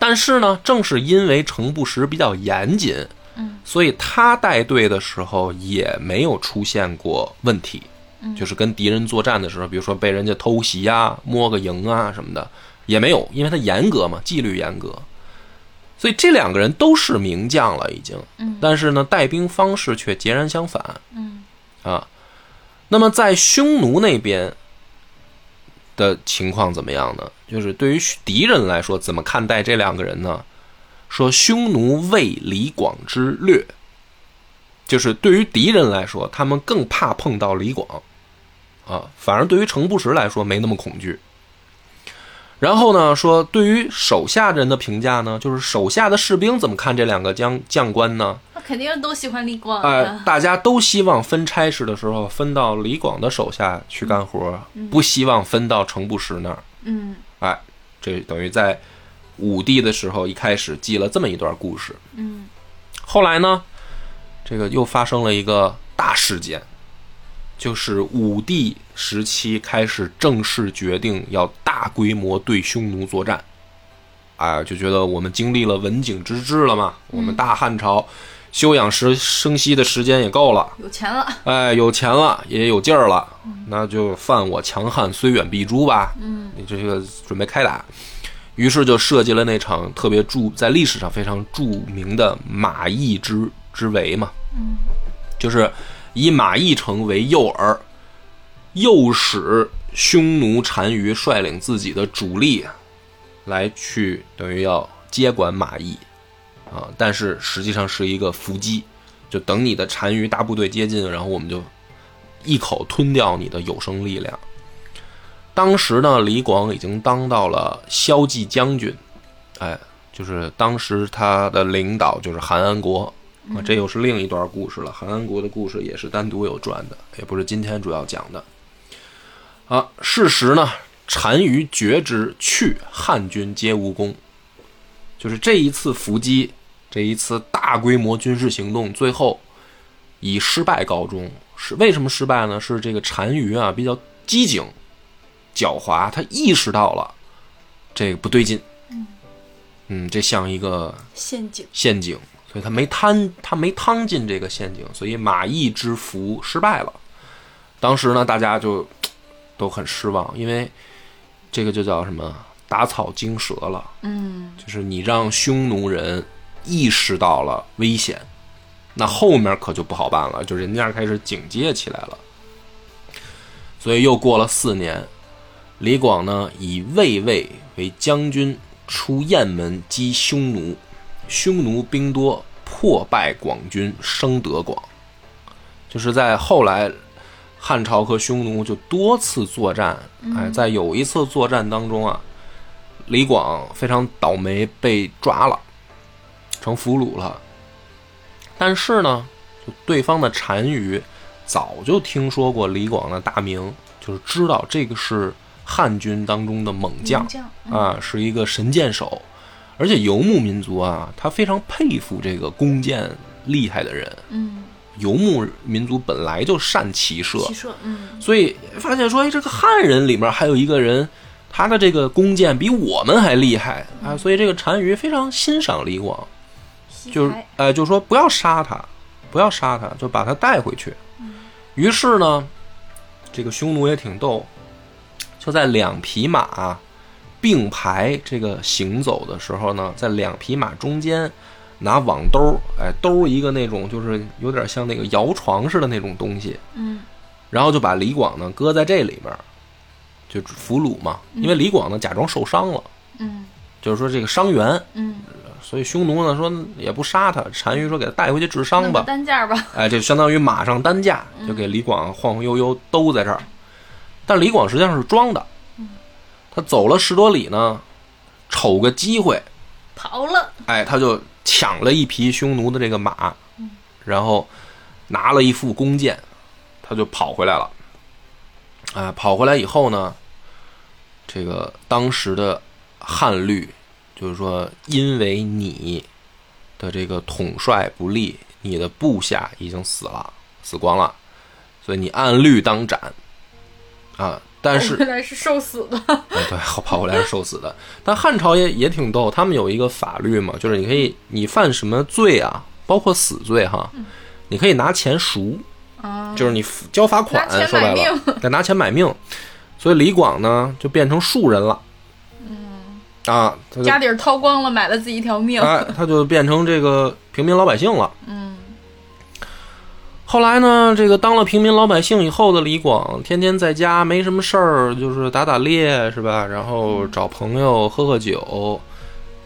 Speaker 1: 但是呢，正是因为程不识比较严谨，
Speaker 2: 嗯，
Speaker 1: 所以他带队的时候也没有出现过问题，
Speaker 2: 嗯
Speaker 1: 就是跟敌人作战的时候，比如说被人家偷袭啊、摸个营啊什么的，也没有，因为他严格嘛，纪律严格。所以这两个人都是名将了，已经。
Speaker 2: 嗯
Speaker 1: 但是呢，带兵方式却截然相反
Speaker 2: 嗯
Speaker 1: 啊。那么在匈奴那边的情况怎么样呢？就是对于敌人来说，怎么看待这两个人呢？说匈奴畏李广之略，就是对于敌人来说，他们更怕碰到李广啊，反而对于程不识来说没那么恐惧。然后呢，说对于手下人的评价呢，就是手下的士兵怎么看这两个将将官呢？
Speaker 2: 那肯定都喜欢李广
Speaker 1: 呃，
Speaker 2: 啊。
Speaker 1: 大家都希望分差事的时候分到李广的手下去干活，不希望分到程不识那儿。
Speaker 2: 嗯
Speaker 1: 哎，这等于在武帝的时候一开始记了这么一段故事。
Speaker 2: 嗯
Speaker 1: 后来呢，这个又发生了一个大事件，就是武帝时期开始正式决定要大规模对匈奴作战。哎，就觉得我们经历了文景之治了嘛，我们大汉朝休养时生息的时间也够了，
Speaker 2: 有钱了。 (laughs)
Speaker 1: 哎，有钱了，也有劲儿了，那就犯我强汉虽远必诛吧。嗯，你这个准备开打，于是就设计了那场特别著在历史上非常著名的马邑之之围嘛。
Speaker 2: 嗯，
Speaker 1: 就是以马邑城为诱饵，诱使匈奴单于率领自己的主力来去等于要接管马邑啊，但是实际上是一个伏击，就等你的单于大部队接近，然后我们就一口吞掉你的有生力量。当时呢，李广已经当到了骁骑将军，哎，就是当时他的领导就是韩安国啊，这又是另一段故事了。韩安国的故事也是单独有传的，也不是今天主要讲的。啊，事实呢，单于觉之，去汉军皆无功。就是这一次伏击，这一次大规模军事行动，最后以失败告终。是为什么失败呢？是这个单于啊比较机警、狡猾，他意识到了这个不对劲。嗯，这像一个
Speaker 2: 陷阱。
Speaker 1: 陷阱，所以他没贪，他没趟进这个陷阱，所以马邑之服失败了。当时呢，大家就都很失望，因为这个就叫什么打草惊蛇了，
Speaker 2: 嗯
Speaker 1: 就是你让匈奴人意识到了危险，那后面可就不好办了，就人家开始警戒起来了。所以又过了四年，李广呢以魏魏为将军出雁门击匈奴，匈奴兵多，破败广军，生得广。就是在后来，汉朝和匈奴就多次作战。哎，在有一次作战当中啊，李广非常倒霉，被抓了，成俘虏了。但是呢，就对方的单于早就听说过李广的大名，就是知道这个是汉军当中的猛将
Speaker 2: 名将。
Speaker 1: 啊，是一个神箭手，而且游牧民族啊，他非常佩服这个弓箭厉害的人
Speaker 2: 嗯
Speaker 1: 游牧民族本来就善骑射，
Speaker 3: 骑射，嗯，
Speaker 1: 所以发现说，哎，这个汉人里面还有一个人，他的这个弓箭比我们还厉害啊，所以这个单于非常欣赏李广，就是
Speaker 3: 西
Speaker 1: 哎，就说不要杀他，不要杀他，就把他带回去。于是呢，这个匈奴也挺逗，就在两匹马并排这个行走的时候呢，在两匹马中间拿网兜儿，哎，兜儿一个那种就是有点像那个摇床似的那种东西，
Speaker 3: 嗯，
Speaker 1: 然后就把李广呢搁在这里边儿，就俘虏嘛，因为李广呢假装受伤了，
Speaker 3: 嗯
Speaker 1: 就是说这个伤员，
Speaker 3: 嗯，
Speaker 1: 所以匈奴呢说也不杀他，单于说给他带回去治伤
Speaker 3: 弄个嗯
Speaker 1: 吧，
Speaker 3: 担架儿吧，
Speaker 1: 哎，这相当于马上担架，就给李广晃晃悠悠兜在这儿。但李广实际上是装的，
Speaker 3: 嗯
Speaker 1: 他走了十多里呢，瞅个机会，
Speaker 3: 跑了，
Speaker 1: 哎，他就抢了一匹匈奴的这个马，然后拿了一副弓箭，他就跑回来了。啊，跑回来以后呢，这个当时的汉律就是说，因为你的这个统帅不力，你的部下已经死了，死光了，所以你按律当斩。啊，但是
Speaker 3: 原来是受死的，
Speaker 1: 哎，对，好跑回来是受死的。但汉朝也也挺逗，他们有一个法律嘛，就是你可以你犯什么罪啊，包括死罪哈，
Speaker 3: 嗯
Speaker 1: 你可以拿钱赎，
Speaker 3: 啊，
Speaker 1: 就是你付交罚款
Speaker 3: 拿，钱
Speaker 1: 说白
Speaker 3: 买命
Speaker 1: 了，得拿钱买命。所以李广呢就变成庶人了，嗯，啊，他就
Speaker 3: 家底儿掏光了，买了自己一条命，
Speaker 1: 哎，他就变成这个平民老百姓了。
Speaker 3: 嗯，
Speaker 1: 后来呢，这个当了平民老百姓以后的李广，天天在家没什么事儿，就是打打猎是吧？然后找朋友喝喝酒，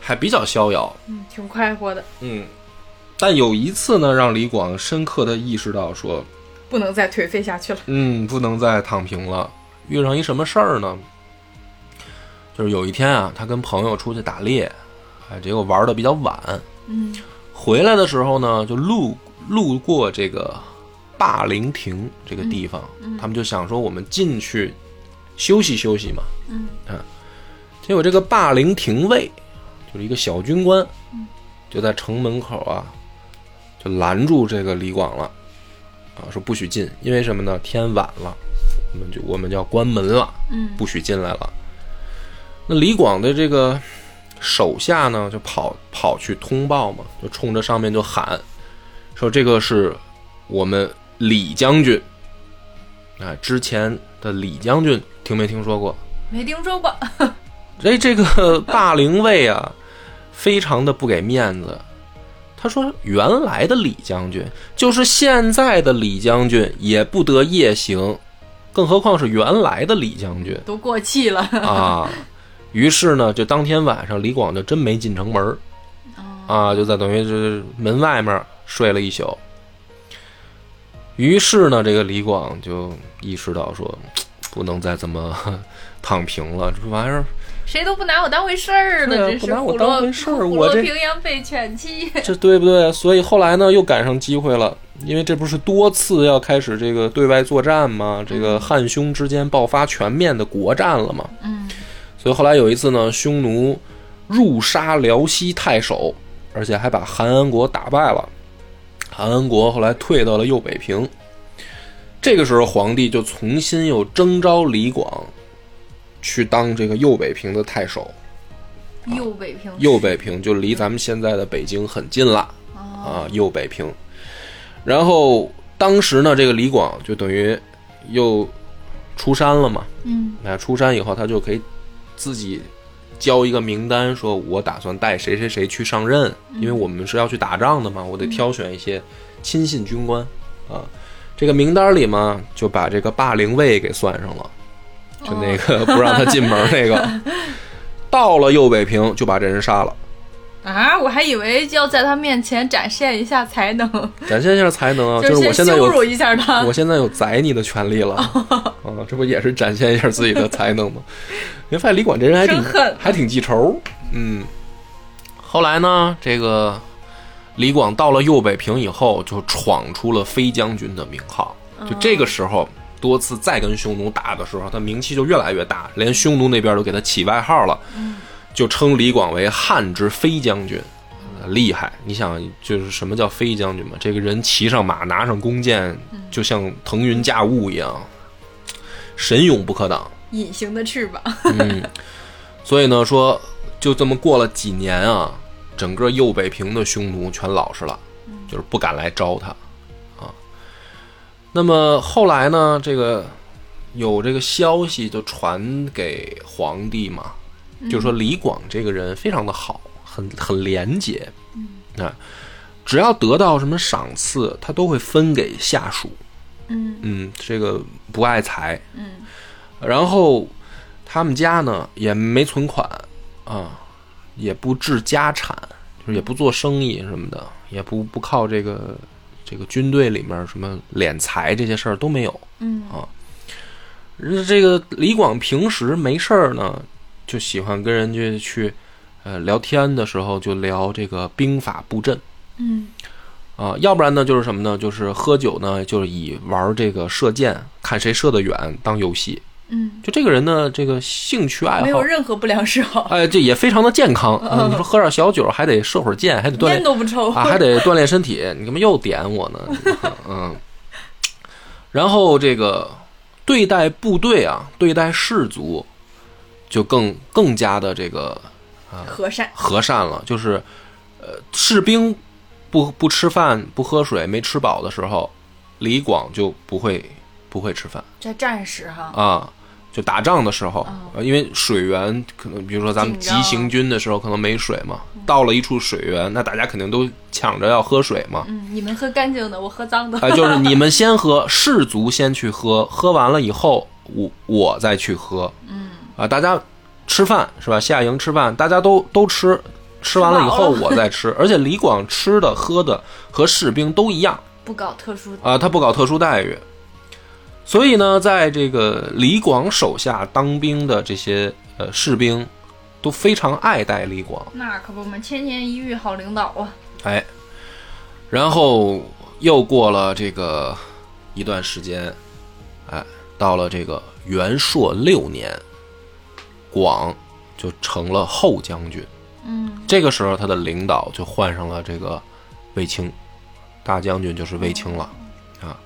Speaker 1: 还比较逍遥。
Speaker 3: 嗯，挺快活的，
Speaker 1: 嗯，但有一次呢，让李广深刻的意识到说，
Speaker 3: 不能再颓废下去了，
Speaker 1: 嗯，不能再躺平了。遇上一什么事儿呢？就是有一天啊，他跟朋友出去打猎，哎，结果玩的比较晚，
Speaker 3: 嗯，
Speaker 1: 回来的时候呢，就路路过这个霸陵亭这个地方，他们就想说我们进去休息休息嘛。啊
Speaker 3: 嗯
Speaker 1: 结果这个霸陵廷尉就是一个小军官，就在城门口啊，就拦住这个李广了，啊，说不许进，因为什么呢？天晚了，我们就我们就要关门了。
Speaker 3: 嗯，
Speaker 1: 不许进来了。那李广的这个手下呢，就跑跑去通报嘛，就冲着上面就喊，说这个是我们李将军。啊，之前的李将军听没听说过？
Speaker 3: 没听说过，
Speaker 1: 哎，这个霸陵卫啊，非常的不给面子。他说：“原来的李将军，就是现在的李将军，也不得夜行，更何况是原来的李将军。”
Speaker 3: 都过气了，
Speaker 1: (laughs) 啊，于是呢，就当天晚上，李广就真没进城门儿啊，就在等于就是门外面睡了一宿。于是呢，这个李广就意识到说，不能再这么 (laughs) 躺平了，这玩意儿
Speaker 3: (laughs) 谁都不拿我当回事儿呢，
Speaker 1: 对啊
Speaker 3: 真是
Speaker 1: 不拿我
Speaker 3: 虎落
Speaker 1: 当回事儿
Speaker 3: 虎
Speaker 1: 我
Speaker 3: 落
Speaker 1: 这
Speaker 3: 平阳被犬欺，
Speaker 1: 这对不对？所以后来呢，又赶上机会了，因为这不是多次要开始这个对外作战吗？这个汉匈之间爆发全面的国战了嘛。
Speaker 3: 嗯，
Speaker 1: 所以后来有一次呢，匈奴入杀辽西太守，而且还把韩安国打败了。韩安国后来退到了右北平。这个时候，皇帝就重新又征召李广去当这个右北平的太守。
Speaker 3: 右北平，
Speaker 1: 右北平就离咱们现在的北京很近了
Speaker 3: 啊，
Speaker 1: 啊，右北平。然后当时呢，这个李广就等于又出山了嘛，
Speaker 3: 嗯
Speaker 1: 那出山以后，他就可以自己交一个名单，说我打算带谁谁谁去上任，
Speaker 3: 嗯
Speaker 1: 因为我们是要去打仗的嘛，我得挑选一些亲信军官啊。这个名单里嘛，就把这个霸陵卫给算上了，就那
Speaker 3: 哦
Speaker 1: 个不让他进门那个。
Speaker 3: (laughs)
Speaker 1: 到了右北平，就把这人杀了，
Speaker 3: 啊，我还以为就要在他面前展现一下才能，
Speaker 1: 展现一下才能啊！就是是我
Speaker 3: 先
Speaker 1: 现在
Speaker 3: 羞
Speaker 1: 有
Speaker 3: 辱一下哦他
Speaker 1: 我，现在有宰你的权利了，啊，这不也是展现一下自己的才能吗？你发现李广这人还挺
Speaker 3: 生恨
Speaker 1: 还挺记仇，嗯。后来呢，这个李广到了右北平以后，就闯出了飞将军的名号。就这个时候，多次再跟匈奴打的时候，他名气就越来越大，连匈奴那边都给他起外号了，就称李广为汉之飞将军。的厉害。你想，就是什么叫飞将军嘛？这个人骑上马，拿上弓箭，就像腾云驾雾一样，神勇不可挡。
Speaker 3: 隐形的翅膀，
Speaker 1: 嗯，所以呢，说就这么过了几年啊，整个右北平的匈奴全老实了，就是不敢来招他啊。那么后来呢，这个有这个消息就传给皇帝嘛，就说李广这个人非常的好，很很廉洁，啊，只要得到什么赏赐，他都会分给下属。
Speaker 3: 嗯
Speaker 1: 嗯，这个不爱财，
Speaker 3: 嗯，
Speaker 1: 然后他们家呢也没存款啊，也不置家产，就是也不做生意什么的，也不不靠这个这个军队里面什么敛财这些事儿都没有。
Speaker 3: 嗯
Speaker 1: 啊，人这个李广平时没事儿呢，就喜欢跟人家去呃聊天的时候就聊这个兵法布阵。
Speaker 3: 嗯
Speaker 1: 啊，要不然呢就是什么呢？就是喝酒呢，就是以玩这个射箭，看谁射得远当游戏。
Speaker 3: 嗯，
Speaker 1: 就这个人呢，这个兴趣爱
Speaker 3: 没
Speaker 1: 好
Speaker 3: 有，任何不良嗜好，
Speaker 1: 哎，这也非常的健康。
Speaker 3: 嗯
Speaker 1: 啊你说喝点小酒，还得射会儿箭，还得锻
Speaker 3: 烟
Speaker 1: 炼
Speaker 3: 都不抽
Speaker 1: 啊，还得锻炼身体。你怎么又点我呢？
Speaker 3: (laughs)
Speaker 1: 嗯，然后这个对待部队啊，对待士卒，就更更加的这个
Speaker 3: 和善，
Speaker 1: 和善了，就是呃，士兵不不吃饭、不喝水、没吃饱的时候，李广就不会不会吃饭
Speaker 2: 这战士哈，
Speaker 1: 啊。就打仗的时候
Speaker 2: 哦，
Speaker 1: 呃因为水源可能，比如说咱们急
Speaker 2: 紧张
Speaker 1: 行军的时候，可能没水嘛，到了一处水源，那大家肯定都抢着要喝水嘛。
Speaker 2: (laughs)
Speaker 3: 嗯，你们喝干净的，我喝脏的，
Speaker 1: 哎，就是你们先喝，士卒先去喝，喝完了以后，我我再去喝。嗯，啊，大家吃饭是吧？下营吃饭，大家都都吃，吃完了以后
Speaker 3: 吃
Speaker 1: 我再吃。而且李广吃的喝的和士兵都一样
Speaker 3: 不搞特殊，
Speaker 1: 啊，他不搞特殊待遇。所以呢，在这个李广手下当兵的这些呃士兵，都非常爱戴李广。
Speaker 3: 那可不嘛，千年一遇好领导啊，
Speaker 1: 哎，然后又过了这个一段时间，哎，到了这个元朔六年，广就成了后将军。
Speaker 3: 嗯
Speaker 1: 这个时候，他的领导就换上了这个卫青，大将军就是卫青了啊。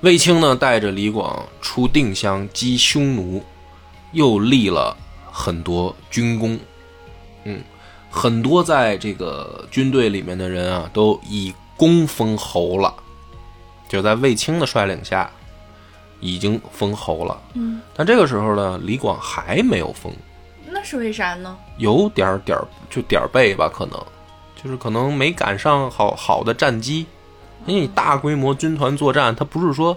Speaker 1: 卫青呢，带着李广出定襄击匈奴，又立了很多军功。嗯，很多在这个军队里面的人啊，都以功封侯了，就在卫青的率领下，已经封侯了。
Speaker 3: 嗯，
Speaker 1: 但这个时候呢，李广还没有封。
Speaker 3: 那是为啥呢？
Speaker 1: 有点儿点儿就点儿背吧，可能就是可能没赶上好好的战机，因为你大规模军团作战，它不是说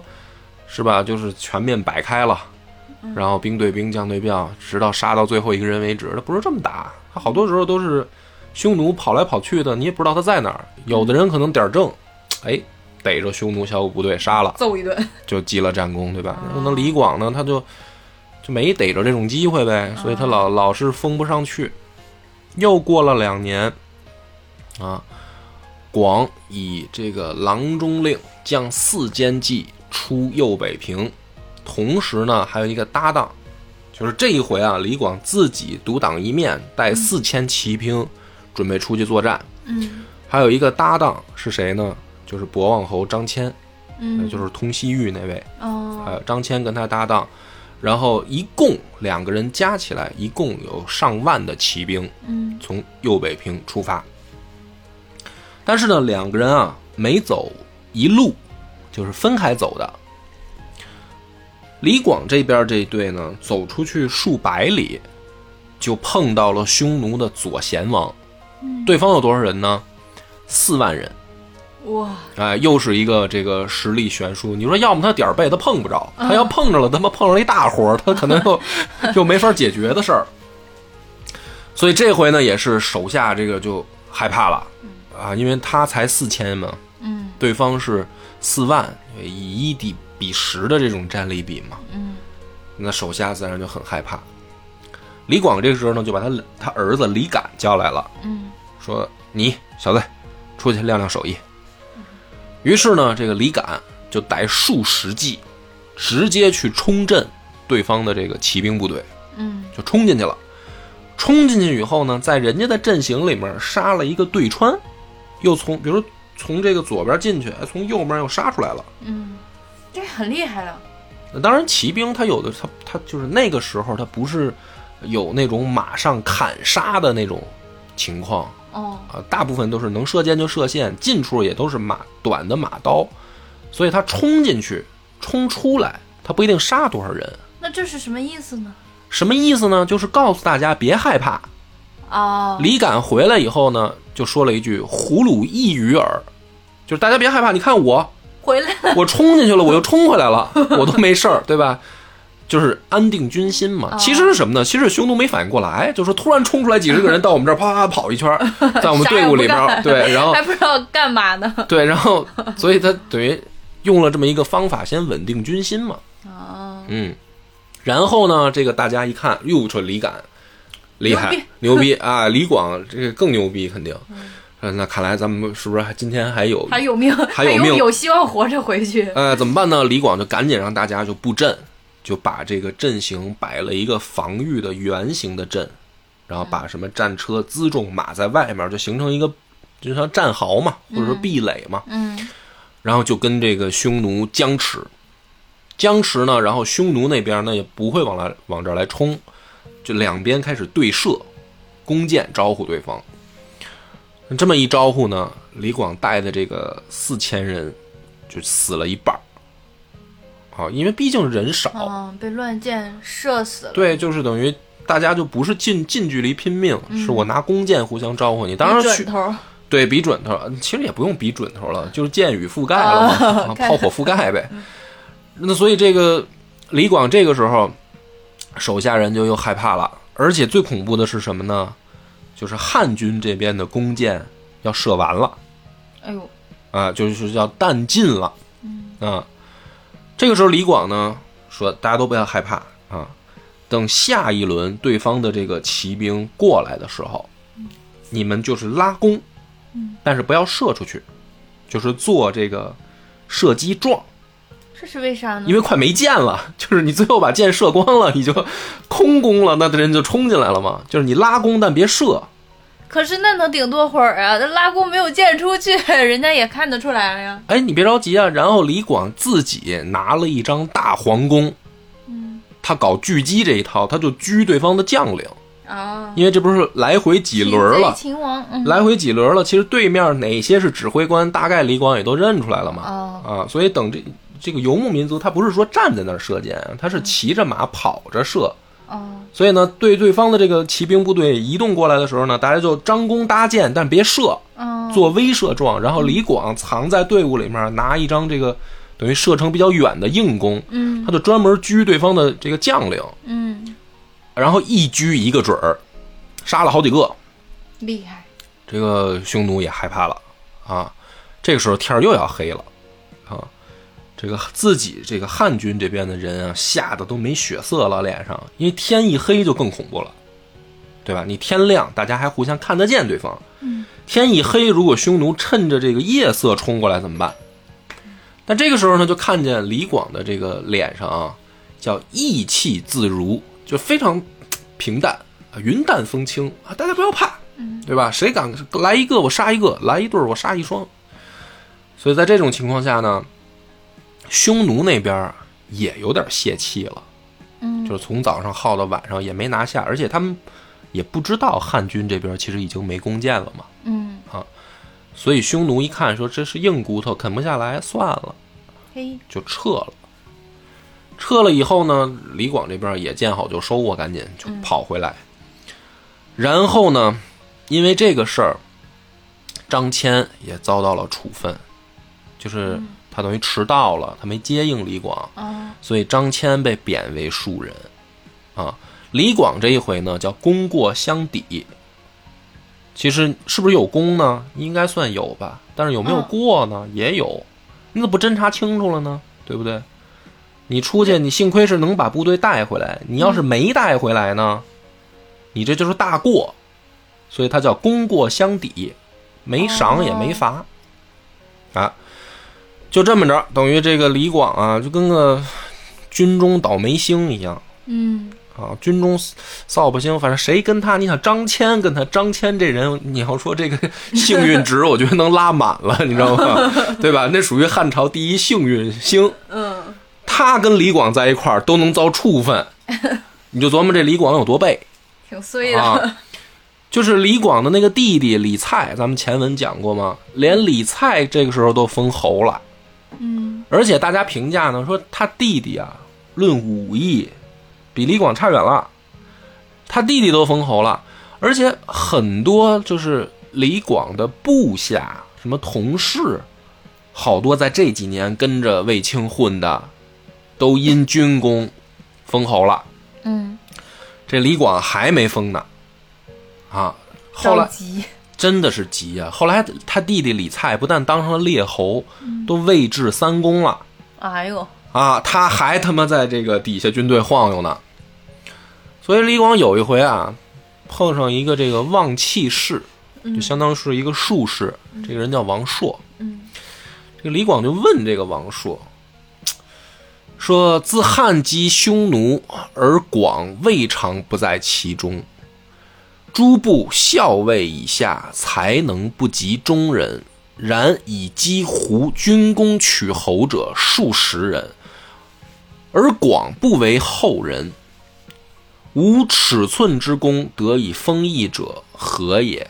Speaker 1: 是吧，就是全面摆开了，然后兵对兵，将对将，直到杀到最后一个人为止，它不是这么打，它好多时候都是匈奴跑来跑去的，你也不知道他在哪儿，有的人可能点儿正，哎，逮着匈奴小股部队杀了。
Speaker 3: 揍一顿，
Speaker 1: 就积了战功，对吧？那李广呢，他就就没逮着这种机会呗，所以他老老是封不上去。又过了两年，啊，广以这个郎中令将四监计出右北平，同时呢还有一个搭档，就是这一回啊，李广自己独当一面，带四千骑兵准备出去作战。
Speaker 3: 嗯
Speaker 1: 还有一个搭档是谁呢？就是博望侯张骞，
Speaker 3: 嗯，
Speaker 1: 就是通西域那位。
Speaker 3: 哦，
Speaker 1: 呃，张骞跟他搭档，然后一共两个人加起来一共有上万的骑兵
Speaker 3: 嗯
Speaker 1: 从右北平出发。但是呢，两个人啊没走一路，就是分开走的。李广这边这一队呢，走出去数百里，就碰到了匈奴的左贤王。对方有多少人呢？四万人。
Speaker 3: 哇，
Speaker 1: 哎，又是一个这个实力悬殊。你说，要么他点儿背，他碰不着；他要碰着了，他妈碰着一大活儿，他可能又又没法解决的事儿。所以这回呢，也是手下这个就害怕了啊，因为他才四千嘛，
Speaker 3: 嗯
Speaker 1: 对方是四万，以一抵比十的这种战力比嘛，
Speaker 3: 嗯
Speaker 1: 那手下自然就很害怕。李广这时候呢，就把他他儿子李敢叫来了。
Speaker 3: 嗯
Speaker 1: 说你小子出去亮亮手艺。于是呢，这个李敢就带数十骑，直接去冲阵对方的这个骑兵部队，
Speaker 3: 嗯，
Speaker 1: 就冲进去了。冲进去以后呢，在人家的阵型里面杀了一个对穿，又从比如说从这个左边进去，哎从右面又杀出来了。
Speaker 3: 嗯，
Speaker 2: 这很厉害了。
Speaker 1: 那当然，骑兵他有的他他就是那个时候他不是有那种马上砍杀的那种情况
Speaker 2: 哦，
Speaker 1: 啊，大部分都是能射箭就射箭，近处也都是马短的马刀，所以他冲进去冲出来，他不一定杀多少人。
Speaker 2: 那这是什么意思呢？
Speaker 1: 什么意思呢？就是告诉大家别害怕。
Speaker 2: 哦，
Speaker 1: 李敢回来以后呢，就说了一句“胡虏一鱼饵”，就是大家别害怕，你看我
Speaker 2: 回来了。
Speaker 1: 我冲进去了，我又冲回来了，我都没事儿，对吧？就是安定军心嘛
Speaker 2: 哦。
Speaker 1: 其实是什么呢？其实是匈奴没反应过来，就说突然冲出来几十个人到我们这儿啪啪啪跑一圈儿，在我们队伍里边
Speaker 3: 啥也不干
Speaker 1: 儿，对，然后
Speaker 3: 还不知道干嘛
Speaker 1: (laughs)
Speaker 3: 呢。
Speaker 1: 对，然后所以他等于用了这么一个方法，先稳定军心嘛。
Speaker 2: 哦，
Speaker 1: 嗯，然后呢，这个大家一看，哟，这李敢厉害， (laughs) 牛逼啊！李广这个更牛逼，肯定。呃那看来咱们是不是还今天还有
Speaker 2: 还有命，
Speaker 1: (laughs) 还有命
Speaker 2: 有有希望活着回去。
Speaker 1: 呃，怎么办呢？李广就赶紧让大家就布阵，就把这个阵型摆了一个防御的圆形的阵，然后把什么战车、辎重、马在外面，就形成一个就像战壕嘛，或者说壁垒嘛。
Speaker 2: 嗯，
Speaker 1: 然后就跟这个匈奴僵持，僵持呢，然后匈奴那边呢也不会往来往这儿来冲，就两边开始对射，弓箭招呼对方。这么一招呼呢，李广带的这个四千人就死了一半儿，啊，因为毕竟人少，
Speaker 3: 嗯
Speaker 2: 哦，被乱箭射死了。
Speaker 1: 对，就是等于大家就不是近近距离拼命，是我拿弓箭互相招呼你。当然
Speaker 2: 一
Speaker 1: 去
Speaker 2: 准头。
Speaker 1: 对比准头，其实也不用比准头了，就是箭雨覆盖了嘛，啊
Speaker 2: 盖
Speaker 1: 炮火覆盖呗。那所以这个李广这个时候手下人就又害怕了，而且最恐怖的是什么呢？就是汉军这边的弓箭要射完了
Speaker 3: 哎呦，
Speaker 1: 啊，就是要弹尽了啊。这个时候李广呢说：“大家都不要害怕啊，等下一轮对方的这个骑兵过来的时候，你们就是拉弓，但是不要射出去，就是做这个射击状，
Speaker 2: 这是为啥呢？
Speaker 1: 因为快没箭了， (laughs) 就是你最后把箭射光了，你就空弓了，那人就冲进来了嘛。就是你拉弓，但别射。
Speaker 3: 可是那能顶多会儿啊？那拉弓没有箭出去， (laughs) 人家也看得出来了呀。
Speaker 1: 哎，你别着急啊。然后李广自己拿了一张大皇宫，
Speaker 3: 嗯
Speaker 1: 他搞狙击这一套，他就狙对方的将领，
Speaker 3: 啊，
Speaker 1: 因为这不是来回几轮
Speaker 3: 擒贼
Speaker 1: 了。
Speaker 3: 秦王，嗯，
Speaker 1: 来回几轮了，其实对面哪些是指挥官，大概李广也都认出来了嘛。
Speaker 3: 哦
Speaker 1: 啊，所以等这这个游牧民族，他不是说站在那儿射箭，他
Speaker 3: 嗯
Speaker 1: 是骑着马跑着射。
Speaker 3: 哦，
Speaker 1: 所以呢，对对方的这个骑兵部队移动过来的时候呢，大家就张弓搭箭，但别射，
Speaker 3: 嗯，
Speaker 1: 做威慑状。然后李广藏在队伍里面，拿一张这个等于射程比较远的硬弓，
Speaker 3: 嗯，
Speaker 1: 他就专门狙对方的这个将领，
Speaker 3: 嗯，
Speaker 1: 然后一狙一个准儿，杀了好几个。
Speaker 3: 厉害，
Speaker 1: 这个匈奴也害怕了啊。这个时候天儿又要黑了啊，这个自己这个汉军这边的人啊，吓得都没血色了脸上，因为天一黑就更恐怖了，对吧？你天亮，大家还互相看得见对方，天一黑，如果匈奴趁着这个夜色冲过来怎么办？但这个时候呢，就看见李广的这个脸上啊，叫意气自如，就非常平淡啊，云淡风轻啊，大家不要怕，对吧？谁敢来一个我杀一个，来一对儿我杀一双。所以在这种情况下呢，匈奴那边儿也有点泄气了，
Speaker 3: 嗯
Speaker 1: 就是从早上耗到晚上也没拿下，而且他们也不知道汉军这边其实已经没弓箭了嘛。
Speaker 3: 嗯，
Speaker 1: 所以匈奴一看说这是硬骨头，啃不下来，算了，
Speaker 3: 嘿，
Speaker 1: 就撤了。撤了以后呢，李广这边也见好就收啊，赶紧就跑回来。然后呢，因为这个事儿，张骞也遭到了处分，就是他等于迟到了，他没接应李广，
Speaker 3: 啊，
Speaker 1: 所以张骞被贬为庶人。啊，李广这一回呢叫功过相抵。其实是不是有功呢？应该算有吧，但是有没有
Speaker 3: 嗯
Speaker 1: 过呢？也有，你怎么不侦查清楚了呢？对不对？你出去，你幸亏是能把部队带回来，你要是没带回来呢，你这就是大过，所以它叫功过相抵，没赏也没罚，啊，就这么着，等于这个李广啊，就跟个军中倒霉星一样，
Speaker 3: 嗯，
Speaker 1: 啊，军中扫把星，反正谁跟他，你想张骞跟他，张骞这人，你要说这个幸运值，我觉得能拉满了，你知道吗？对吧？那属于汉朝第一幸运星，
Speaker 3: 嗯，
Speaker 1: 他跟李广在一块儿都能遭处分，你就琢磨这李广有多背
Speaker 3: 挺衰的，
Speaker 1: 啊！就是李广的那个弟弟李蔡，咱们前文讲过吗？连李蔡这个时候都封侯了，
Speaker 3: 嗯，
Speaker 1: 而且大家评价呢说他弟弟啊，论武艺比李广差远了，他弟弟都封侯了，而且很多就是李广的部下，什么同事，好多在这几年跟着卫青混的，都因军功封侯了，
Speaker 3: 嗯，
Speaker 1: 这李广还没封呢，啊，后
Speaker 3: 着
Speaker 1: 来
Speaker 3: 急，
Speaker 1: 真的是急呀、后来他弟弟李蔡不但当上了列侯，都位至三公了。
Speaker 3: 哎呦，
Speaker 1: 啊，他还他妈在这个底下军队晃悠呢。所以李广有一回啊，碰上一个这个望气士，就相当是一个术士，这个人叫王朔。
Speaker 3: 嗯，
Speaker 1: 这个李广就问这个王朔，说：“自汉及匈奴，而广未尝不在其中。诸部校尉以下，才能不及中人。然以击胡军功取侯者数十人，而广不为后人。无尺寸之功得以封邑者何也？”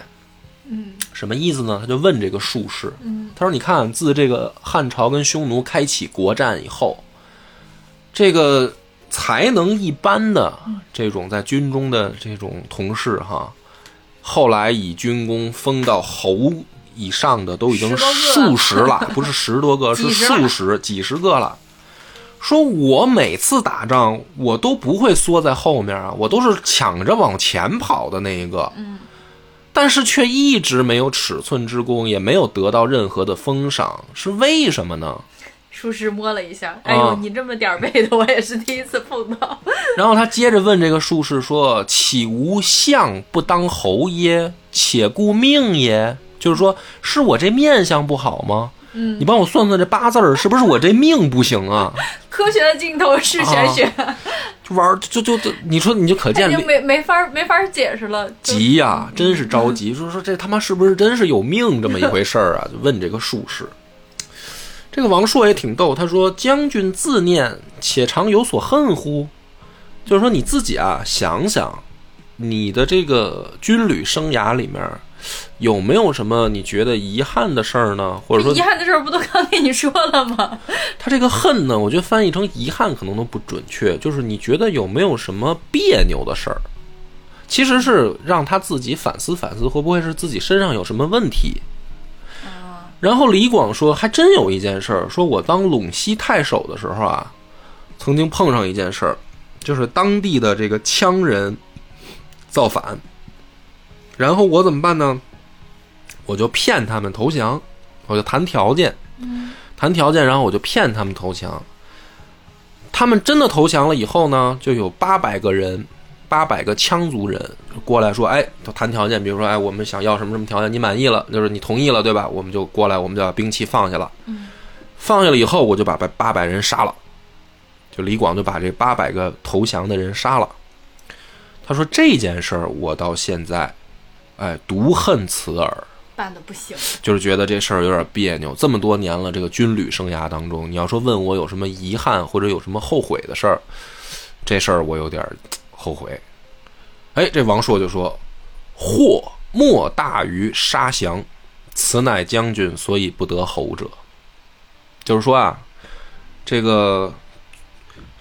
Speaker 3: 嗯，
Speaker 1: 什么意思呢？他就问这个术士，
Speaker 3: 嗯
Speaker 1: 他说：“你看，自这个汉朝跟匈奴开启国战以后，这个才能一般的
Speaker 3: 嗯
Speaker 1: 这种在军中的这种同事哈，后来以军功封到侯以上的都已经
Speaker 3: 十多个
Speaker 1: 数十了，不是十多个，是
Speaker 3: (laughs) 几十
Speaker 1: 数十、几十个了。”说我每次打仗，我都不会缩在后面啊，我都是抢着往前跑的那一个。
Speaker 3: 嗯，
Speaker 1: 但是却一直没有尺寸之功，也没有得到任何的封赏，是为什么呢？
Speaker 3: 术士摸了一下，哎呦，
Speaker 1: 啊
Speaker 3: 你这么点儿背的，我也是第一次碰到， (laughs)
Speaker 1: 然后他接着问这个术士说：“岂无相不当侯耶？且顾命也。”就是说，是我这面相不好吗？
Speaker 3: 嗯
Speaker 1: 你，帮我算算这八字儿，是不是我这命不行啊？
Speaker 3: 科学的尽头是玄学，
Speaker 1: 就玩儿就就就，你说你就可
Speaker 3: 他
Speaker 1: 见
Speaker 3: (laughs)
Speaker 2: 哎
Speaker 3: 已经没没法没法解释了，就
Speaker 1: 急呀、真是着急，说说这他妈是不是真是有命这么一回事儿啊？就问这个术士。这个王朔也挺逗，他说：“将军自念，且常有所恨乎？”就是说你自己啊，想想你的这个军旅生涯里面，有没有什么你觉得遗憾的事儿呢？或者说
Speaker 3: 遗憾的事儿不都刚跟你说了吗？
Speaker 1: 他这个恨呢，我觉得翻译成遗憾可能都不准确，就是你觉得有没有什么别扭的事儿？其实是让他自己反思反思，会不会是自己身上有什么问题？然后李广说，还真有一件事儿，说我当陇西太守的时候啊，曾经碰上一件事儿，就是当地的这个羌人造反，然后我怎么办呢？我就骗他们投降，我就谈条件，谈条件，然后我就骗他们投降。他们真的投降了以后呢，就有八百个人，八百个羌族人过来说：“哎，就谈条件，比如说，哎，我们想要什么什么条件，你满意了，就是你同意了，对吧？我们就过来，我们就把兵器放下了。
Speaker 3: 嗯
Speaker 1: 放下了以后，我就把八八百人杀了。就李广就把这八百个投降的人杀了。他说这件事儿，我到现在，哎，独恨此耳。
Speaker 3: 办的不行，
Speaker 1: 就是觉得这事儿有点别扭。这么多年了，这个军旅生涯当中，你要说问我有什么遗憾或者有什么后悔的事儿，这事儿我有点儿嘖后悔。哎，这王朔就说：“祸莫大于杀降，此乃将军所以不得侯者。”就是说啊，这个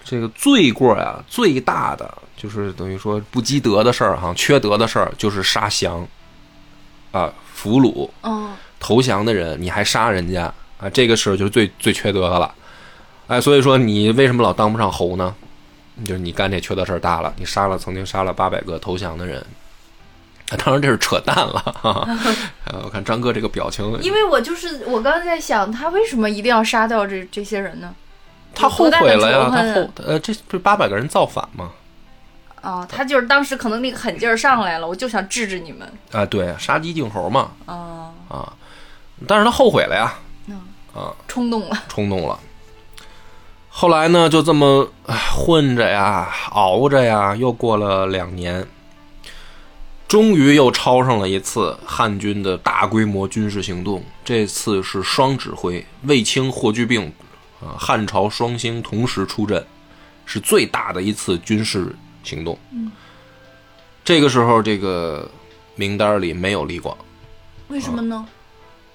Speaker 1: 这个罪过呀、最大的就是等于说不积德的事儿哈、缺德的事儿就是杀降啊，俘虏。
Speaker 2: 哦，
Speaker 1: 投降的人，你还杀人家啊，这个时候就是最最缺德的了。哎，所以说你为什么老当不上侯呢？就是你干这缺德事儿大了，你杀了曾经杀了八百个投降的人。啊当然这是扯淡了， (laughs) 哈哈呃，我看张哥这个表情，
Speaker 2: 因为我就是我刚才在想，他为什么一定要杀掉这这些人呢？
Speaker 1: 他后悔了呀，
Speaker 2: 有多大
Speaker 1: 他
Speaker 2: 的仇
Speaker 1: 后呃，这不是八百个人造反吗？
Speaker 2: 啊，
Speaker 3: 他就是当时可能那个狠劲儿上来了，我就想治治你们
Speaker 1: 啊，对，杀鸡儆猴嘛，
Speaker 3: 啊，
Speaker 1: 啊，但是他后悔了呀，
Speaker 2: 嗯
Speaker 1: 啊，
Speaker 3: 冲动了，
Speaker 1: 冲动了。后来呢，就这么唉混着呀，熬着呀，又过了两年，终于又抄上了一次汉军的大规模军事行动。这次是双指挥，卫青、霍去病，啊，汉朝双星同时出阵，是最大的一次军事行动。这个时候，这个名单里没有李广。
Speaker 2: (laughs) 为什么呢？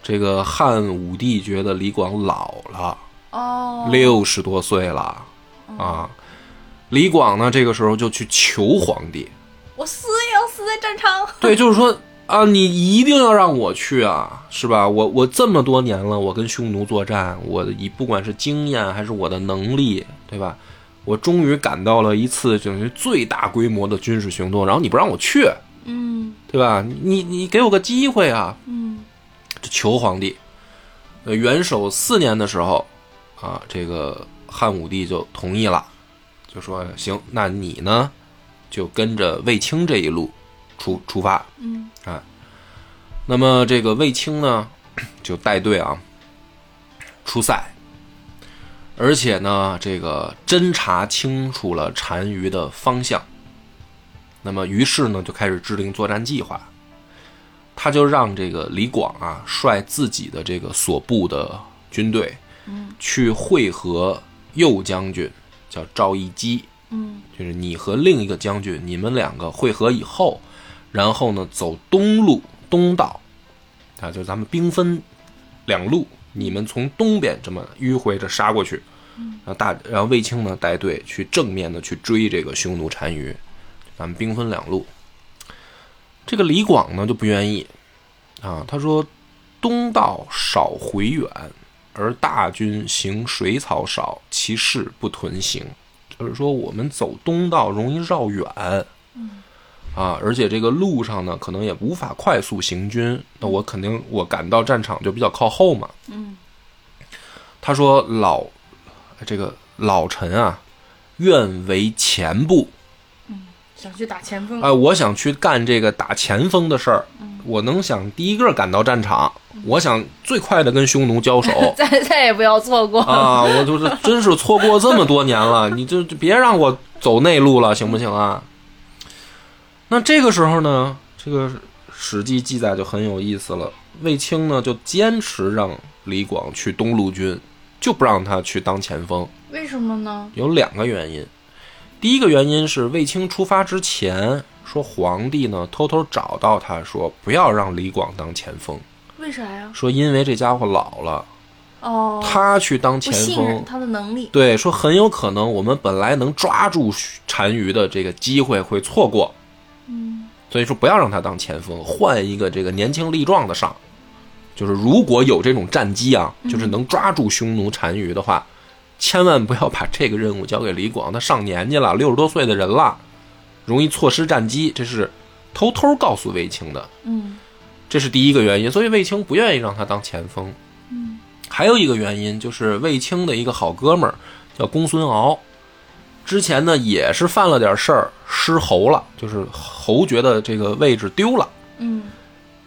Speaker 1: 这个汉武帝觉得李广老了，
Speaker 2: 哦，
Speaker 1: 六十多岁了啊。李广呢，这个时候就去求皇帝，
Speaker 2: 我死也要死在战场。
Speaker 1: 对，就是说啊，你一定要让我去啊，是吧？我我这么多年了，我跟匈奴作战，我的以不管是经验还是我的能力，对吧？我终于赶到了一次等于最大规模的军事行动，然后你不让我去，
Speaker 2: 嗯
Speaker 1: 对吧？你你你给我个机会啊！
Speaker 2: 嗯，
Speaker 1: 这求皇帝。呃，元首四年的时候，啊，这个汉武帝就同意了，就说行，那你呢，就跟着卫青这一路出出发。
Speaker 2: 嗯，
Speaker 1: 啊，那么这个卫青呢， (clears throat) 就带队啊出塞，而且呢，这个侦查清楚了单于的方向。那么，于是呢，就开始制定作战计划。他就让这个李广啊率自己的这个所部的军队，去会合右将军，叫赵义基，
Speaker 2: 嗯，
Speaker 1: 就是你和另一个将军，你们两个会合以后，然后呢走东路东道，啊，就是咱们兵分两路，你们从东边这么迂回着杀过去，然后大然后卫青呢带队去正面的去追这个匈奴单于，咱们兵分两路。这个李广呢就不愿意啊，他说东道少回远，而大军行水草少，其势不屯行。就是说我们走东道容易绕远，啊，而且这个路上呢，可能也无法快速行军，那我肯定我赶到战场就比较靠后嘛，
Speaker 2: 嗯，
Speaker 1: 他说老这个老臣啊，愿为前部，
Speaker 3: 想去打前锋。
Speaker 2: (laughs)
Speaker 1: 哎、，我想去干这个打前锋的事儿，我能想第一个赶到战场，我想最快的跟匈奴交手
Speaker 2: (laughs)
Speaker 3: 再再也不要错过。
Speaker 1: 啊，我就是真是错过这么多年了，你就就别让我走内陆了，行不行啊？那这个时候呢，这个《史记》记载就很有意思了。卫青呢就坚持让李广去东路军，就不让他去当前锋。
Speaker 2: 为什么呢？
Speaker 1: 有两个原因。第一个原因是卫青出发之前说，皇帝呢偷偷找到他说，不要让李广当前锋，
Speaker 2: 为啥呀？
Speaker 1: 说因为这家伙老了，
Speaker 2: 哦，
Speaker 1: 他去当
Speaker 2: 不
Speaker 1: 前
Speaker 2: 信
Speaker 1: 锋
Speaker 2: 任他的能力。
Speaker 1: 对，说很有可能我们本来能抓住单于的这个机会会错过，
Speaker 2: 嗯
Speaker 1: 所以说不要让他当前锋，换一个这个年轻力壮的上。就是如果有这种战机啊，就是能抓住匈奴单于的话，千万不要把这个任务交给李广，他上年纪了，六十多岁的人了，容易错失战机。这是偷偷告诉卫青的，
Speaker 2: 嗯
Speaker 1: 这是第一个原因，所以卫青不愿意让他当前锋。
Speaker 2: 嗯
Speaker 1: 还有一个原因就是卫青的一个好哥们儿叫公孙敖，之前呢也是犯了点事儿，失侯了，就是侯爵的这个位置丢了。
Speaker 2: 嗯，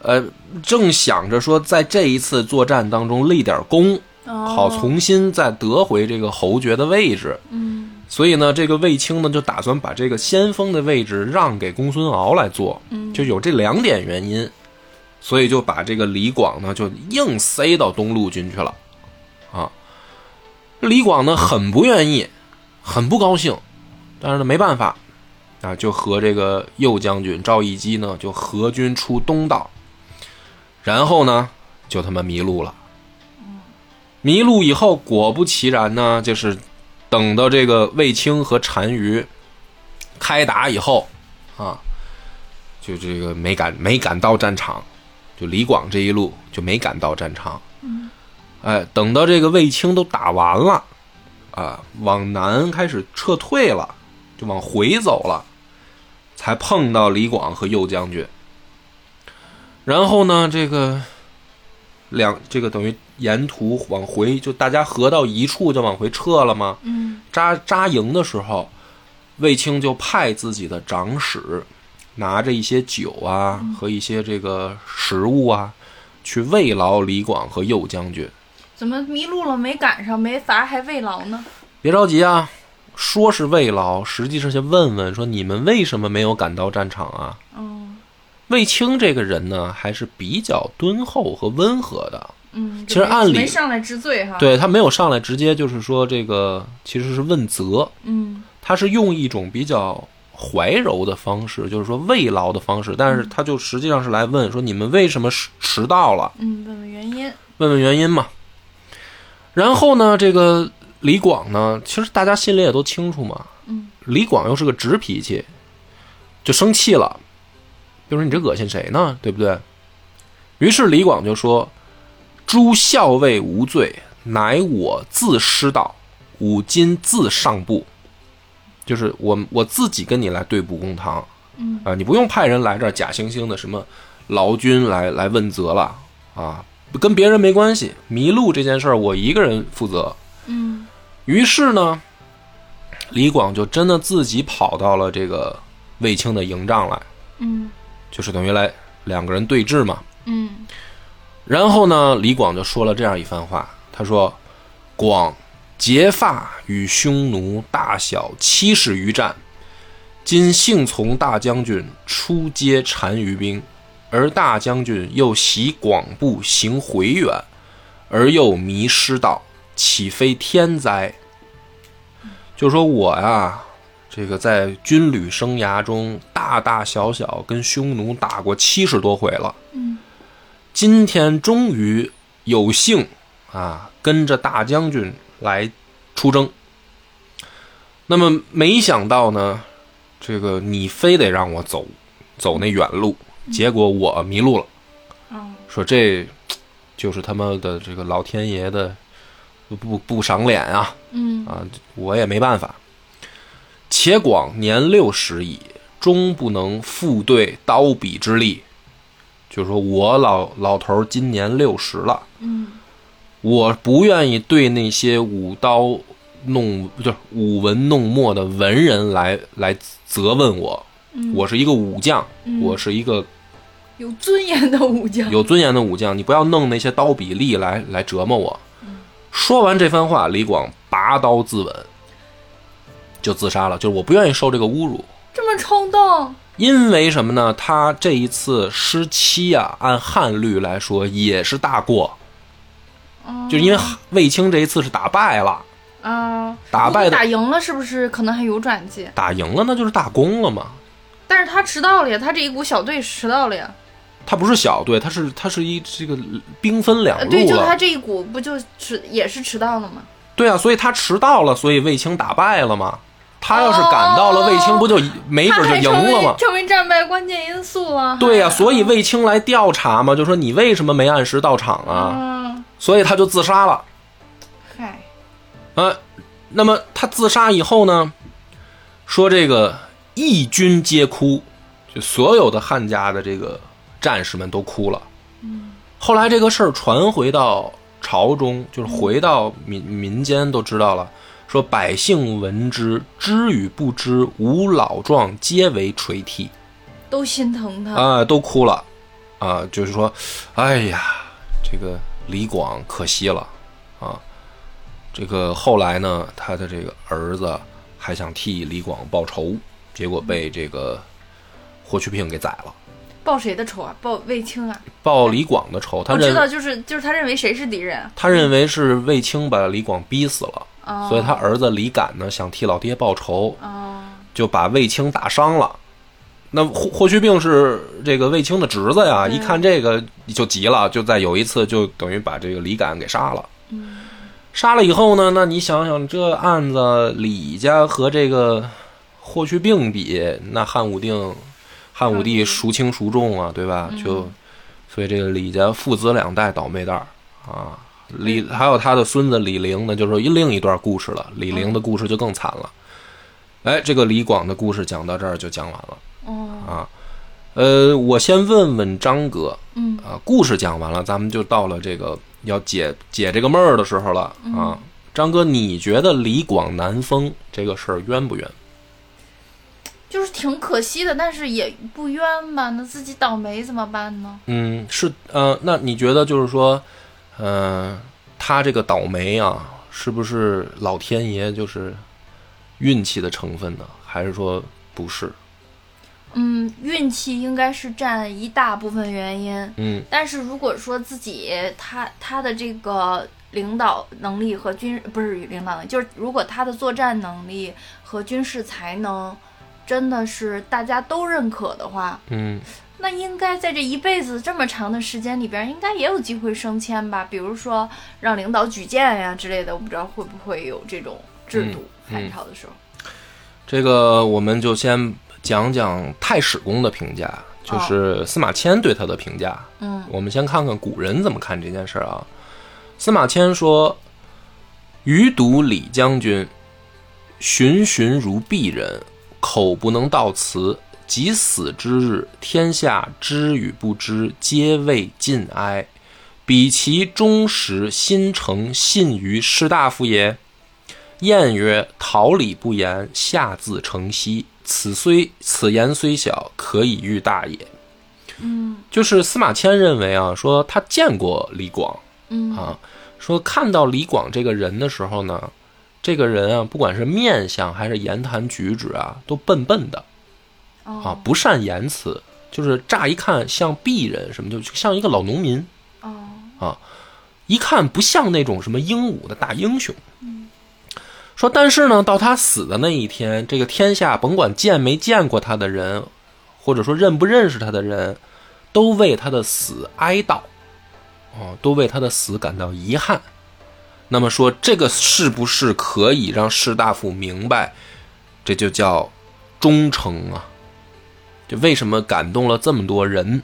Speaker 1: 呃，正想着说在这一次作战当中立点功，
Speaker 2: 哦，
Speaker 1: 好重新再得回这个侯爵的位置。
Speaker 2: 嗯
Speaker 1: 所以呢，这个卫青呢就打算把这个先锋的位置让给公孙敖来做，
Speaker 2: 嗯
Speaker 1: 就有这两点原因，所以就把这个李广呢就硬塞到东路军去了，啊，李广呢很不愿意，很不高兴，但是呢没办法，啊，就和这个右将军赵义基呢就合军出东道，然后呢就他妈迷路了，迷路以后果不其然呢，就是等到这个卫青和单于开打以后，啊。就这个没赶没赶到战场，就李广这一路就没赶到战场。哎，等到这个卫青都打完了，啊，往南开始撤退了，就往回走了，才碰到李广和右将军。然后呢，这个两这个等于沿途往回，就大家合到一处就往回撤了嘛。
Speaker 2: 嗯
Speaker 1: 扎扎营的时候，卫青就派自己的长史拿着一些酒啊和一些这个食物啊，去慰劳李广和右将军。
Speaker 3: 怎么迷路了没赶上，没法还慰劳呢？
Speaker 1: 别着急啊，说是慰劳，实际是去问问说你们为什么没有赶到战场啊？
Speaker 2: 嗯
Speaker 1: 卫青这个人呢，还是比较敦厚和温和的，
Speaker 2: 嗯，
Speaker 1: 其实按理
Speaker 3: 没上来治罪
Speaker 2: 啊
Speaker 3: 哈。，
Speaker 1: 对他没有上来直接就是说这个其实是问责，
Speaker 2: 嗯
Speaker 1: 他是用一种比较怀柔的方式，就是说慰劳的方式，但是他就实际上是来问说你们为什么迟迟到了，
Speaker 2: 嗯
Speaker 3: 问问原因。
Speaker 1: 问问原因嘛。然后呢，这个李广呢，其实大家心里也都清楚嘛，
Speaker 2: 嗯，
Speaker 1: 李广又是个直脾气，就生气了，就说你这恶心谁呢？对不对？于是李广就说：“诸校尉无罪，乃我自失道，吾今自上部。”就是我我自己跟你来对簿公堂，
Speaker 2: 嗯
Speaker 1: 啊，你不用派人来这儿假惺惺的什么劳军来来问责了啊，跟别人没关系。迷路这件事儿我一个人负责，
Speaker 2: 嗯
Speaker 1: 于是呢，李广就真的自己跑到了这个卫青的营帐来，
Speaker 2: 嗯
Speaker 1: 就是等于来两个人对峙嘛。
Speaker 2: 嗯
Speaker 1: 然后呢，李广就说了这样一番话，他说：“广结发与匈奴大小七十余战，今幸从大将军出接单于兵，而大将军又袭广部行回远，而又迷失道，岂非天灾？”就说我呀、这个在军旅生涯中大大小小跟匈奴打过七十多回了。今天终于有幸啊，跟着大将军来出征。那么没想到呢，这个你非得让我走走那远路，结果我迷路了。
Speaker 2: 嗯
Speaker 1: 说这就是他妈的这个老天爷的不不赏脸啊！
Speaker 2: 嗯
Speaker 1: 啊，我也没办法。且广年六十矣，终不能复对刀笔之力。就是说我老老头儿今年六十了，
Speaker 2: 嗯
Speaker 1: 我不愿意对那些舞刀弄不是舞文弄墨的文人来来责问我。
Speaker 2: 嗯
Speaker 1: 我是一个武将，
Speaker 2: 嗯
Speaker 1: 我是一个
Speaker 3: 有尊严的武将。
Speaker 1: 有尊严的武将，你不要弄那些刀笔力来来折磨我。
Speaker 3: 嗯
Speaker 1: 说完这番话，李广拔刀自刎，就自杀了。就是我不愿意受这个侮辱，
Speaker 3: 这么冲动，
Speaker 1: 因为什么呢？他这一次失妻啊，按汉律来说也是大过，
Speaker 3: 嗯
Speaker 1: 就是因为卫青这一次是打败了，
Speaker 3: 啊，
Speaker 1: 打败
Speaker 3: 如果
Speaker 1: 的
Speaker 3: 打赢了，是不是可能还有转机？
Speaker 1: 打赢了那就是大功了嘛。
Speaker 3: 但是他迟到了呀，他这一股小队迟到了呀。
Speaker 1: 他不是小队，他是他是一这个兵分两
Speaker 3: 呃，对，
Speaker 1: 路
Speaker 3: 就他
Speaker 1: 了，
Speaker 3: 这一股不就迟也是迟到了吗？
Speaker 1: 对啊，所以他迟到了，所以卫青打败了嘛。他要是赶到了，
Speaker 3: 哦
Speaker 1: 卫青不就没
Speaker 3: 他
Speaker 1: 准就
Speaker 3: 还
Speaker 1: 赢
Speaker 3: 成
Speaker 1: 了吗
Speaker 3: 为？成为战败关键因素啊。
Speaker 1: 对呀、所以卫青来调查嘛，就说你为什么没按时到场啊？
Speaker 3: 嗯，
Speaker 1: 所以他就自杀了
Speaker 3: 嗨，
Speaker 1: 啊。那么他自杀以后呢，说这个义军皆哭，就所有的汉家的这个战士们都哭了。后来这个事儿传回到朝中，就是回到民民间都知道了，说百姓闻之，知与不知，吾老壮皆为垂涕。
Speaker 3: 都心疼他。
Speaker 1: 啊、都哭了，啊、就是说，哎呀，这个李广可惜了，啊，这个后来呢，他的这个儿子还想替李广报仇，结果被这个霍去病给宰了，
Speaker 3: 报谁的仇啊？报卫青啊？
Speaker 1: 报李广的仇，他
Speaker 3: 我知
Speaker 1: 认、
Speaker 3: 道，就是就是他认为谁是敌人
Speaker 1: 他认为是卫青把李广逼死了，
Speaker 2: 哦
Speaker 3: 啊？
Speaker 1: 所以他儿子李敢呢想替老爹报仇，
Speaker 3: 啊，
Speaker 1: 就把卫青打伤了。那霍霍去病是这个卫青的侄子呀，
Speaker 3: 对
Speaker 1: 一看这个就急了，就在有一次就等于把这个李敢给杀了。
Speaker 2: 嗯
Speaker 1: 杀了以后呢，那你想想这案子，李家和这个霍去病比，那汉武定，汉武帝孰轻孰重啊，对吧？就所以这个李家父子两代倒霉蛋儿啊。李还有他的孙子李陵呢，就是说另一段故事了。李陵的故事就更惨了。哎，这个李广的故事讲到这儿就讲完了。啊
Speaker 3: 哦，
Speaker 1: 呃，我先问问张哥
Speaker 3: 嗯
Speaker 1: 啊，故事讲完了，咱们就到了这个要解解这个闷儿的时候了啊。张哥，你觉得李广南风这个事儿冤不冤？
Speaker 3: 就是挺可惜的，但是也不冤吧？那自己倒霉怎么办呢？
Speaker 1: 嗯，是呃，那你觉得就是说，呃，他这个倒霉啊，是不是老天爷就是运气的成分呢？还是说不是？
Speaker 2: 嗯，运气应该是占一大部分原因，
Speaker 1: 嗯
Speaker 2: 但是如果说自己他他的这个领导能力和军不是领导能力，就是如果他的作战能力和军事才能真的是大家都认可的话，
Speaker 1: 嗯
Speaker 2: 那应该在这一辈子这么长的时间里边，应该也有机会升迁吧？比如说让领导举荐呀之类的，我不知道会不会有这种制度。
Speaker 1: 嗯
Speaker 2: 汉朝的时候，
Speaker 1: 这个我们就先讲讲太史公的评价，就是司马迁对他的评价。
Speaker 2: 嗯
Speaker 1: 我们先看看古人怎么看这件事儿啊。司马迁说：“余睹李将军，循循如敝人，口不能到辞。及死之日，天下知与不知，皆为尽哀。彼其忠实心诚，信于士大夫也。”晏曰：“桃李不言，下自成蹊。此虽此言虽小，可以喻大也。”
Speaker 2: 嗯
Speaker 1: 就是司马迁认为啊，说他见过李广
Speaker 2: 嗯
Speaker 1: 啊，说看到李广这个人的时候呢，这个人啊，不管是面相还是言谈举止啊，都笨笨的啊
Speaker 2: 哦，
Speaker 1: 不善言辞，就是乍一看像鄙人什么，就就像一个老农民，
Speaker 2: 哦
Speaker 1: 一看不像那种什么英武的大英雄。说，但是呢，到他死的那一天，这个天下甭管见没见过他的人，或者说认不认识他的人，都为他的死哀悼，哦，都为他的死感到遗憾。那么说，这个是不是可以让士大夫明白？这就叫忠诚啊！这为什么感动了这么多人？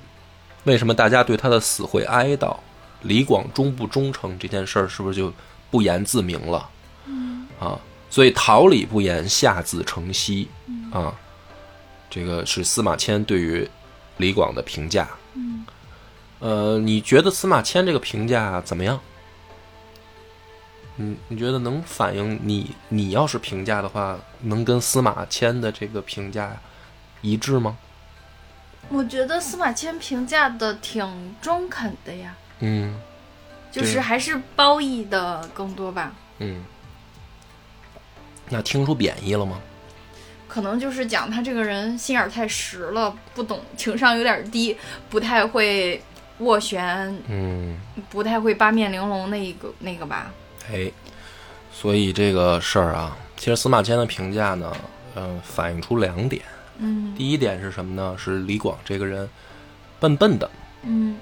Speaker 1: 为什么大家对他的死会哀悼？李广忠不忠诚这件事儿，是不是就不言自明了？啊，所以桃李不言，下自成蹊啊。这个是司马迁对于李广的评价。呃，你觉得司马迁这个评价怎么样？你你觉得能反映你你要是评价的话，能跟司马迁的这个评价一致吗？
Speaker 2: 我觉得司马迁评价的挺中肯的呀，
Speaker 1: 嗯
Speaker 2: 就是
Speaker 1: 对
Speaker 2: 还是褒义的更多吧，
Speaker 1: 嗯。那听出贬义了吗？
Speaker 2: 可能就是讲他这个人心眼儿太实了，不懂情商有点低，不太会斡旋，
Speaker 1: 嗯，
Speaker 2: 不太会八面玲珑那一个那个吧。
Speaker 1: 哎，所以这个事儿啊，其实司马迁的评价呢，呃，反映出两点。
Speaker 2: 嗯
Speaker 1: 第一点是什么呢？是李广这个人笨笨的。
Speaker 2: 嗯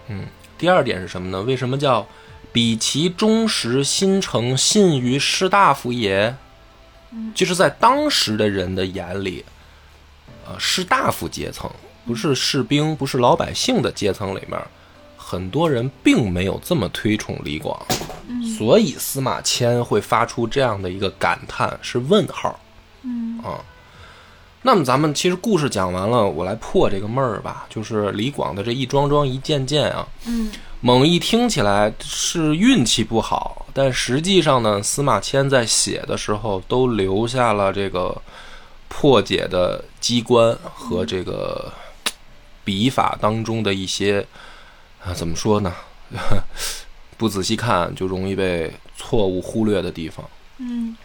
Speaker 1: 第二点是什么呢？为什么叫彼其忠实心诚，信于士大夫也？就是在当时的人的眼里，呃，士大夫阶层不是士兵，不是老百姓的阶层里面，很多人并没有这么推崇李广，所以司马迁会发出这样的一个感叹，是问号。
Speaker 2: 嗯
Speaker 1: 啊。那么咱们其实故事讲完了，我来破这个闷儿吧，就是李广的这一桩桩一件件啊，
Speaker 2: 嗯
Speaker 1: 猛一听起来是运气不好，但实际上呢，司马迁在写的时候都留下了这个破解的机关和这个嘖笔法当中的一些啊，怎么说呢？ (laughs) 不仔细看就容易被错误忽略的地方。
Speaker 2: 嗯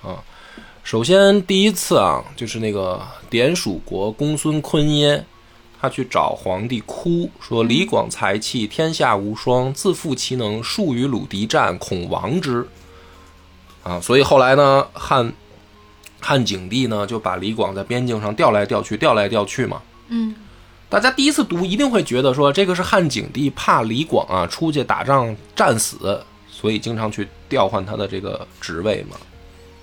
Speaker 1: 首先第一次啊，就是那个典属国公孙昆耶，他去找皇帝哭，说李广才气，天下无双，自负其能，数与鲁敌战，恐亡之。啊，所以后来呢，汉汉景帝呢就把李广在边境上调来调去，调来调去嘛。
Speaker 2: 嗯
Speaker 1: 大家第一次读一定会觉得说这个是汉景帝怕李广啊出去打仗战死，所以经常去调换他的这个职位嘛，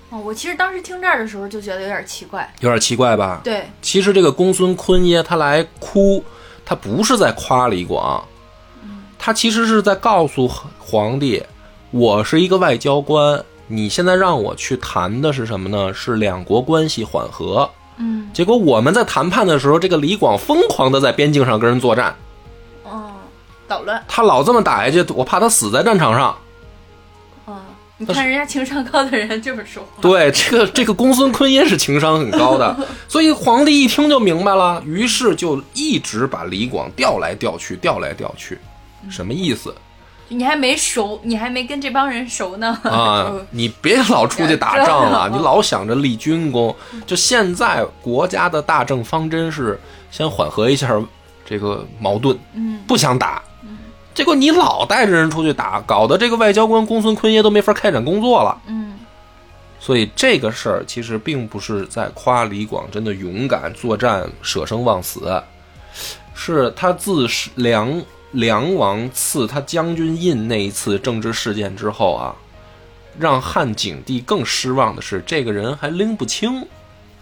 Speaker 2: 哦，我其实当时听这儿的时候就觉得有点奇怪。
Speaker 1: 有点奇怪吧？
Speaker 2: 对，
Speaker 1: 其实这个公孙坤耶他来哭，他不是在夸李广，他其实是在告诉皇帝，我是一个外交官，你现在让我去谈的是什么呢？是两国关系缓和。
Speaker 2: 嗯
Speaker 1: 结果我们在谈判的时候，这个李广疯狂的在边境上跟人作战，
Speaker 2: 嗯，捣乱。
Speaker 1: 他老这么打下去，我怕他死在战场上。
Speaker 2: 嗯，你看人家情商高的人这么说话。
Speaker 1: (laughs) 对，这个这个公孙坤耶是情商很高的，所以皇帝一听就明白了，于是就一直把李广调来调去，调来调去，什么意思？
Speaker 2: 你还没熟，你还没跟这帮人熟呢。 (laughs)
Speaker 1: 啊，
Speaker 2: 嗯
Speaker 1: 你别老出去打仗了，你老想着立军功。就现在国家的大政方针是先缓和一下这个矛盾，
Speaker 2: 嗯，
Speaker 1: 不想打。结果你老带着人出去打，搞得这个外交官公孙坤耶都没法开展工作了。
Speaker 2: 嗯，
Speaker 1: 所以这个事儿其实并不是在夸李广真的勇敢作战、舍生忘死，是他自是梁梁王赐他将军印那一次政治事件之后啊，让汉景帝更失望的是，这个人还拎不清，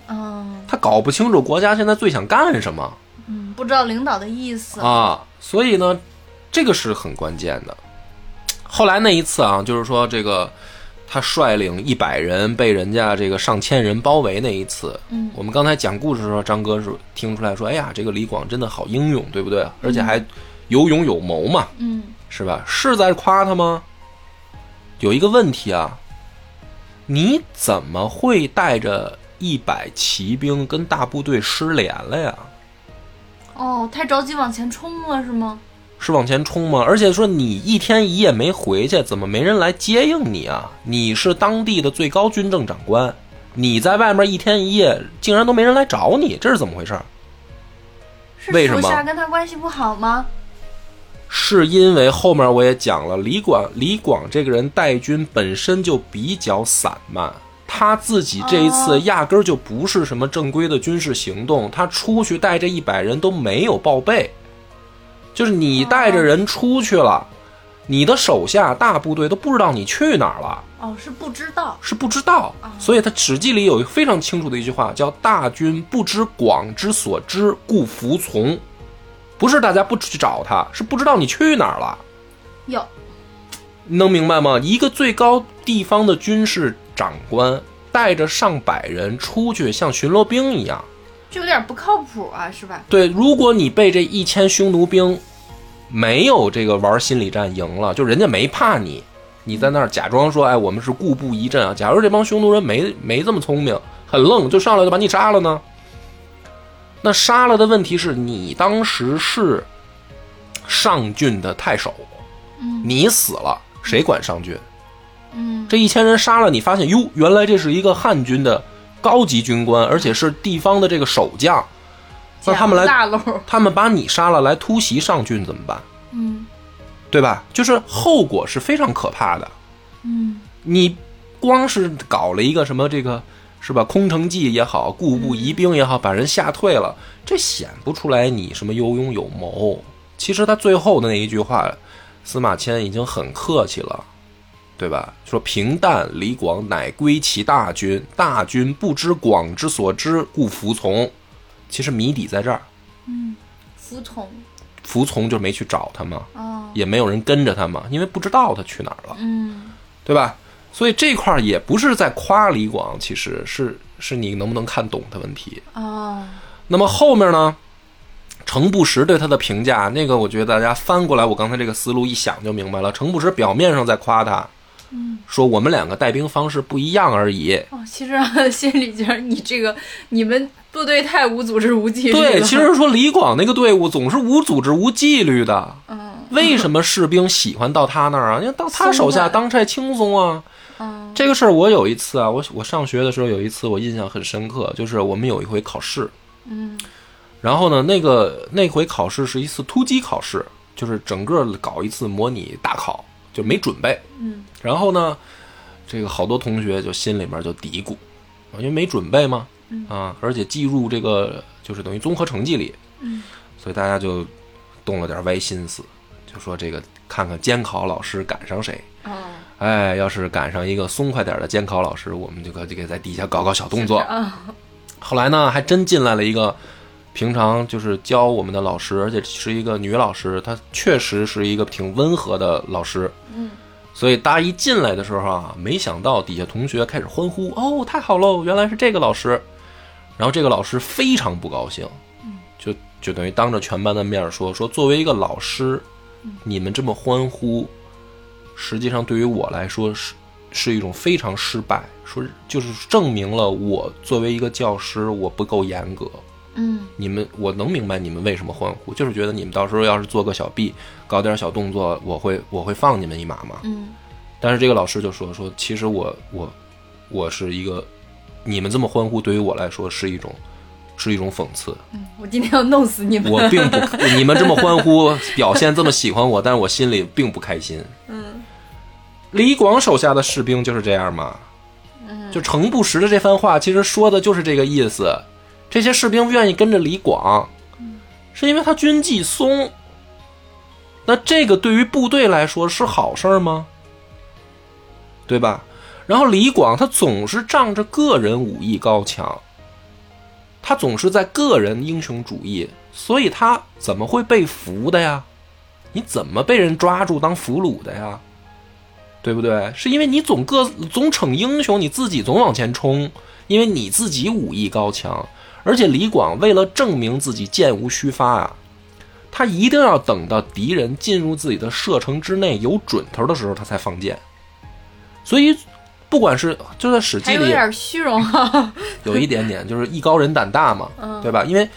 Speaker 2: 嗯
Speaker 1: 他搞不清楚国家现在最想干什么
Speaker 2: 嗯，不知道领导的意思。
Speaker 1: 啊，所以呢，这个是很关键的。后来那一次啊，就是说这个他率领一百人被人家这个上千人包围那一次，
Speaker 2: 嗯
Speaker 1: 我们刚才讲故事的时候，张哥是听出来说，哎呀，这个李广真的好英勇，对不对？而且还有勇有谋嘛，
Speaker 2: 嗯
Speaker 1: 是吧？是在夸他吗？有一个问题啊，你怎么会带着一百骑兵跟大部队失联了呀？
Speaker 2: 哦，太着急往前冲了是吗？
Speaker 1: 是往前冲吗？而且说你一天一夜没回去，怎么没人来接应你啊？你是当地的最高军政长官，你在外面一天一夜，竟然都没人来找你，这是怎么回事儿？
Speaker 2: 是
Speaker 1: 为什
Speaker 2: 手
Speaker 1: 么
Speaker 2: 下跟他关系不好吗？
Speaker 1: 是因为后面我也讲了，李广李广这个人带军本身就比较散漫，他自己这一次
Speaker 2: 哦
Speaker 1: 压根儿就不是什么正规的军事行动，他出去带这一百人都没有报备，就是你带着人出去了，你的手下大部队都不知道你去哪儿了，
Speaker 2: 哦，是不知道。
Speaker 1: 是不知道，所以他《史记》里有一个非常清楚的一句话，叫“大军不知广之所知，故服从”，不是大家不去找他，是不知道你去哪儿了。
Speaker 2: 有，
Speaker 1: 能明白吗？一个最高地方的军事长官带着上百人出去，像巡逻兵一样。
Speaker 2: 就有点不靠谱啊，是吧？
Speaker 1: 对，如果你被这一千匈奴兵没有这个玩心理战赢了，就人家没怕你，你在那儿假装说，哎，我们是固步一阵啊。假如这帮匈奴人没没这么聪明，很愣，就上来就把你杀了呢？那杀了的问题是你当时是上郡的太守，
Speaker 2: 嗯
Speaker 1: 你死了，谁管上郡？
Speaker 2: 嗯
Speaker 1: 这一千人杀了你，发现哟，原来这是一个汉军的高级军官，而且是地方的这个守将。那他们来，
Speaker 2: 大漏。
Speaker 1: 他们把你杀了来突袭上郡怎么办？
Speaker 2: 嗯
Speaker 1: 对吧？就是后果是非常可怕的。
Speaker 2: 嗯
Speaker 1: 你光是搞了一个什么这个是吧？空城计也好，固步疑兵也好，把人吓退了，这显不出来你什么有勇有谋。其实他最后的那一句话，司马迁已经很客气了，对吧？说平淡李广乃归其大军，大军不知广之所知，故服从。其实谜底在这儿，
Speaker 2: 嗯，服从
Speaker 1: 服从就是没去找他嘛，
Speaker 2: 哦，
Speaker 1: 也没有人跟着他嘛，因为不知道他去哪儿了。
Speaker 2: 嗯
Speaker 1: 对吧？所以这块儿也不是在夸李广，其实是是你能不能看懂的问题。
Speaker 2: 哦，
Speaker 1: 那么后面呢，程不识对他的评价，那个我觉得大家翻过来我刚才这个思路一想就明白了。程不识表面上在夸他，
Speaker 2: 嗯，
Speaker 1: 说我们两个带兵方式不一样而已。
Speaker 3: 哦，其实啊心里觉得你这个你们部队太无组织无纪律了。嗯
Speaker 1: 对，其实说李广那个队伍总是无组织、无纪律的。
Speaker 2: 嗯
Speaker 1: 为什么士兵喜欢到他那儿啊？因为到他手下
Speaker 2: 松快
Speaker 1: 当差轻松啊。
Speaker 2: 嗯
Speaker 1: 这个事儿我有一次啊，我我上学的时候有一次我印象很深刻，就是我们有一回考试，
Speaker 2: 嗯
Speaker 1: 然后呢，那个那回考试是一次突击考试，就是整个搞一次模拟大考，就没准备。
Speaker 2: 嗯
Speaker 1: 然后呢，这个好多同学就心里面就嘀咕，啊因为没准备嘛，啊，而且计入这个就是等于综合成绩里，
Speaker 2: 嗯
Speaker 1: 所以大家就动了点歪心思，就说这个看看监考老师赶上谁。
Speaker 2: 哦，
Speaker 1: 哎，要是赶上一个松快点的监考老师，我们就可就给在底下搞搞小动
Speaker 2: 啊
Speaker 1: 作。
Speaker 3: 啊
Speaker 1: 后来呢，还真进来了一个平常就是教我们的老师，而且是一个女老师，她确实是一个挺温和的老师。
Speaker 2: 嗯，
Speaker 1: 所以大家一进来的时候啊，没想到底下同学开始欢呼：“哦，太好喽，原来是这个老师！”然后这个老师非常不高兴，就就等于当着全班的面说：“说作为一个老师，你们这么欢呼，实际上对于我来说是是一种非常失败，说就是证明了我作为一个教师我不够严格，
Speaker 2: 嗯
Speaker 1: 你们我能明白你们为什么欢呼，就是觉得你们到时候要是做个小弊，搞点小动作，我会我会放你们一马嘛。
Speaker 2: 嗯
Speaker 1: 但是这个老师就说说，其实我我我是一个，你们这么欢呼对于我来说是一种是一种讽刺，
Speaker 2: 嗯，我今天要弄死你们！
Speaker 1: 我并不你们这么欢呼，表现这么喜欢我，但是我心里并不开心。
Speaker 3: 嗯
Speaker 1: 李广手下的士兵就是这样嘛，
Speaker 3: 嗯
Speaker 1: 就程不识的这番话，其实说的就是这个意思。这些士兵愿意跟着李广，是因为他军纪松。那这个对于部队来说是好事儿吗？对吧？然后李广他总是仗着个人武艺高强，他总是在个人英雄主义，所以他怎么会被俘的呀？你怎么被人抓住当俘虏的呀？对不对？是因为你总个总逞英雄，你自己总往前冲，因为你自己武艺高强。而且李广为了证明自己剑无虚发啊，他一定要等到敌人进入自己的射程之内有准头的时候，他才放箭。所以，不管是就在《史记
Speaker 3: 还》有
Speaker 1: 里
Speaker 3: 点虚荣啊。 (laughs)
Speaker 1: 有一点点，就是艺高人胆大嘛，对吧？因为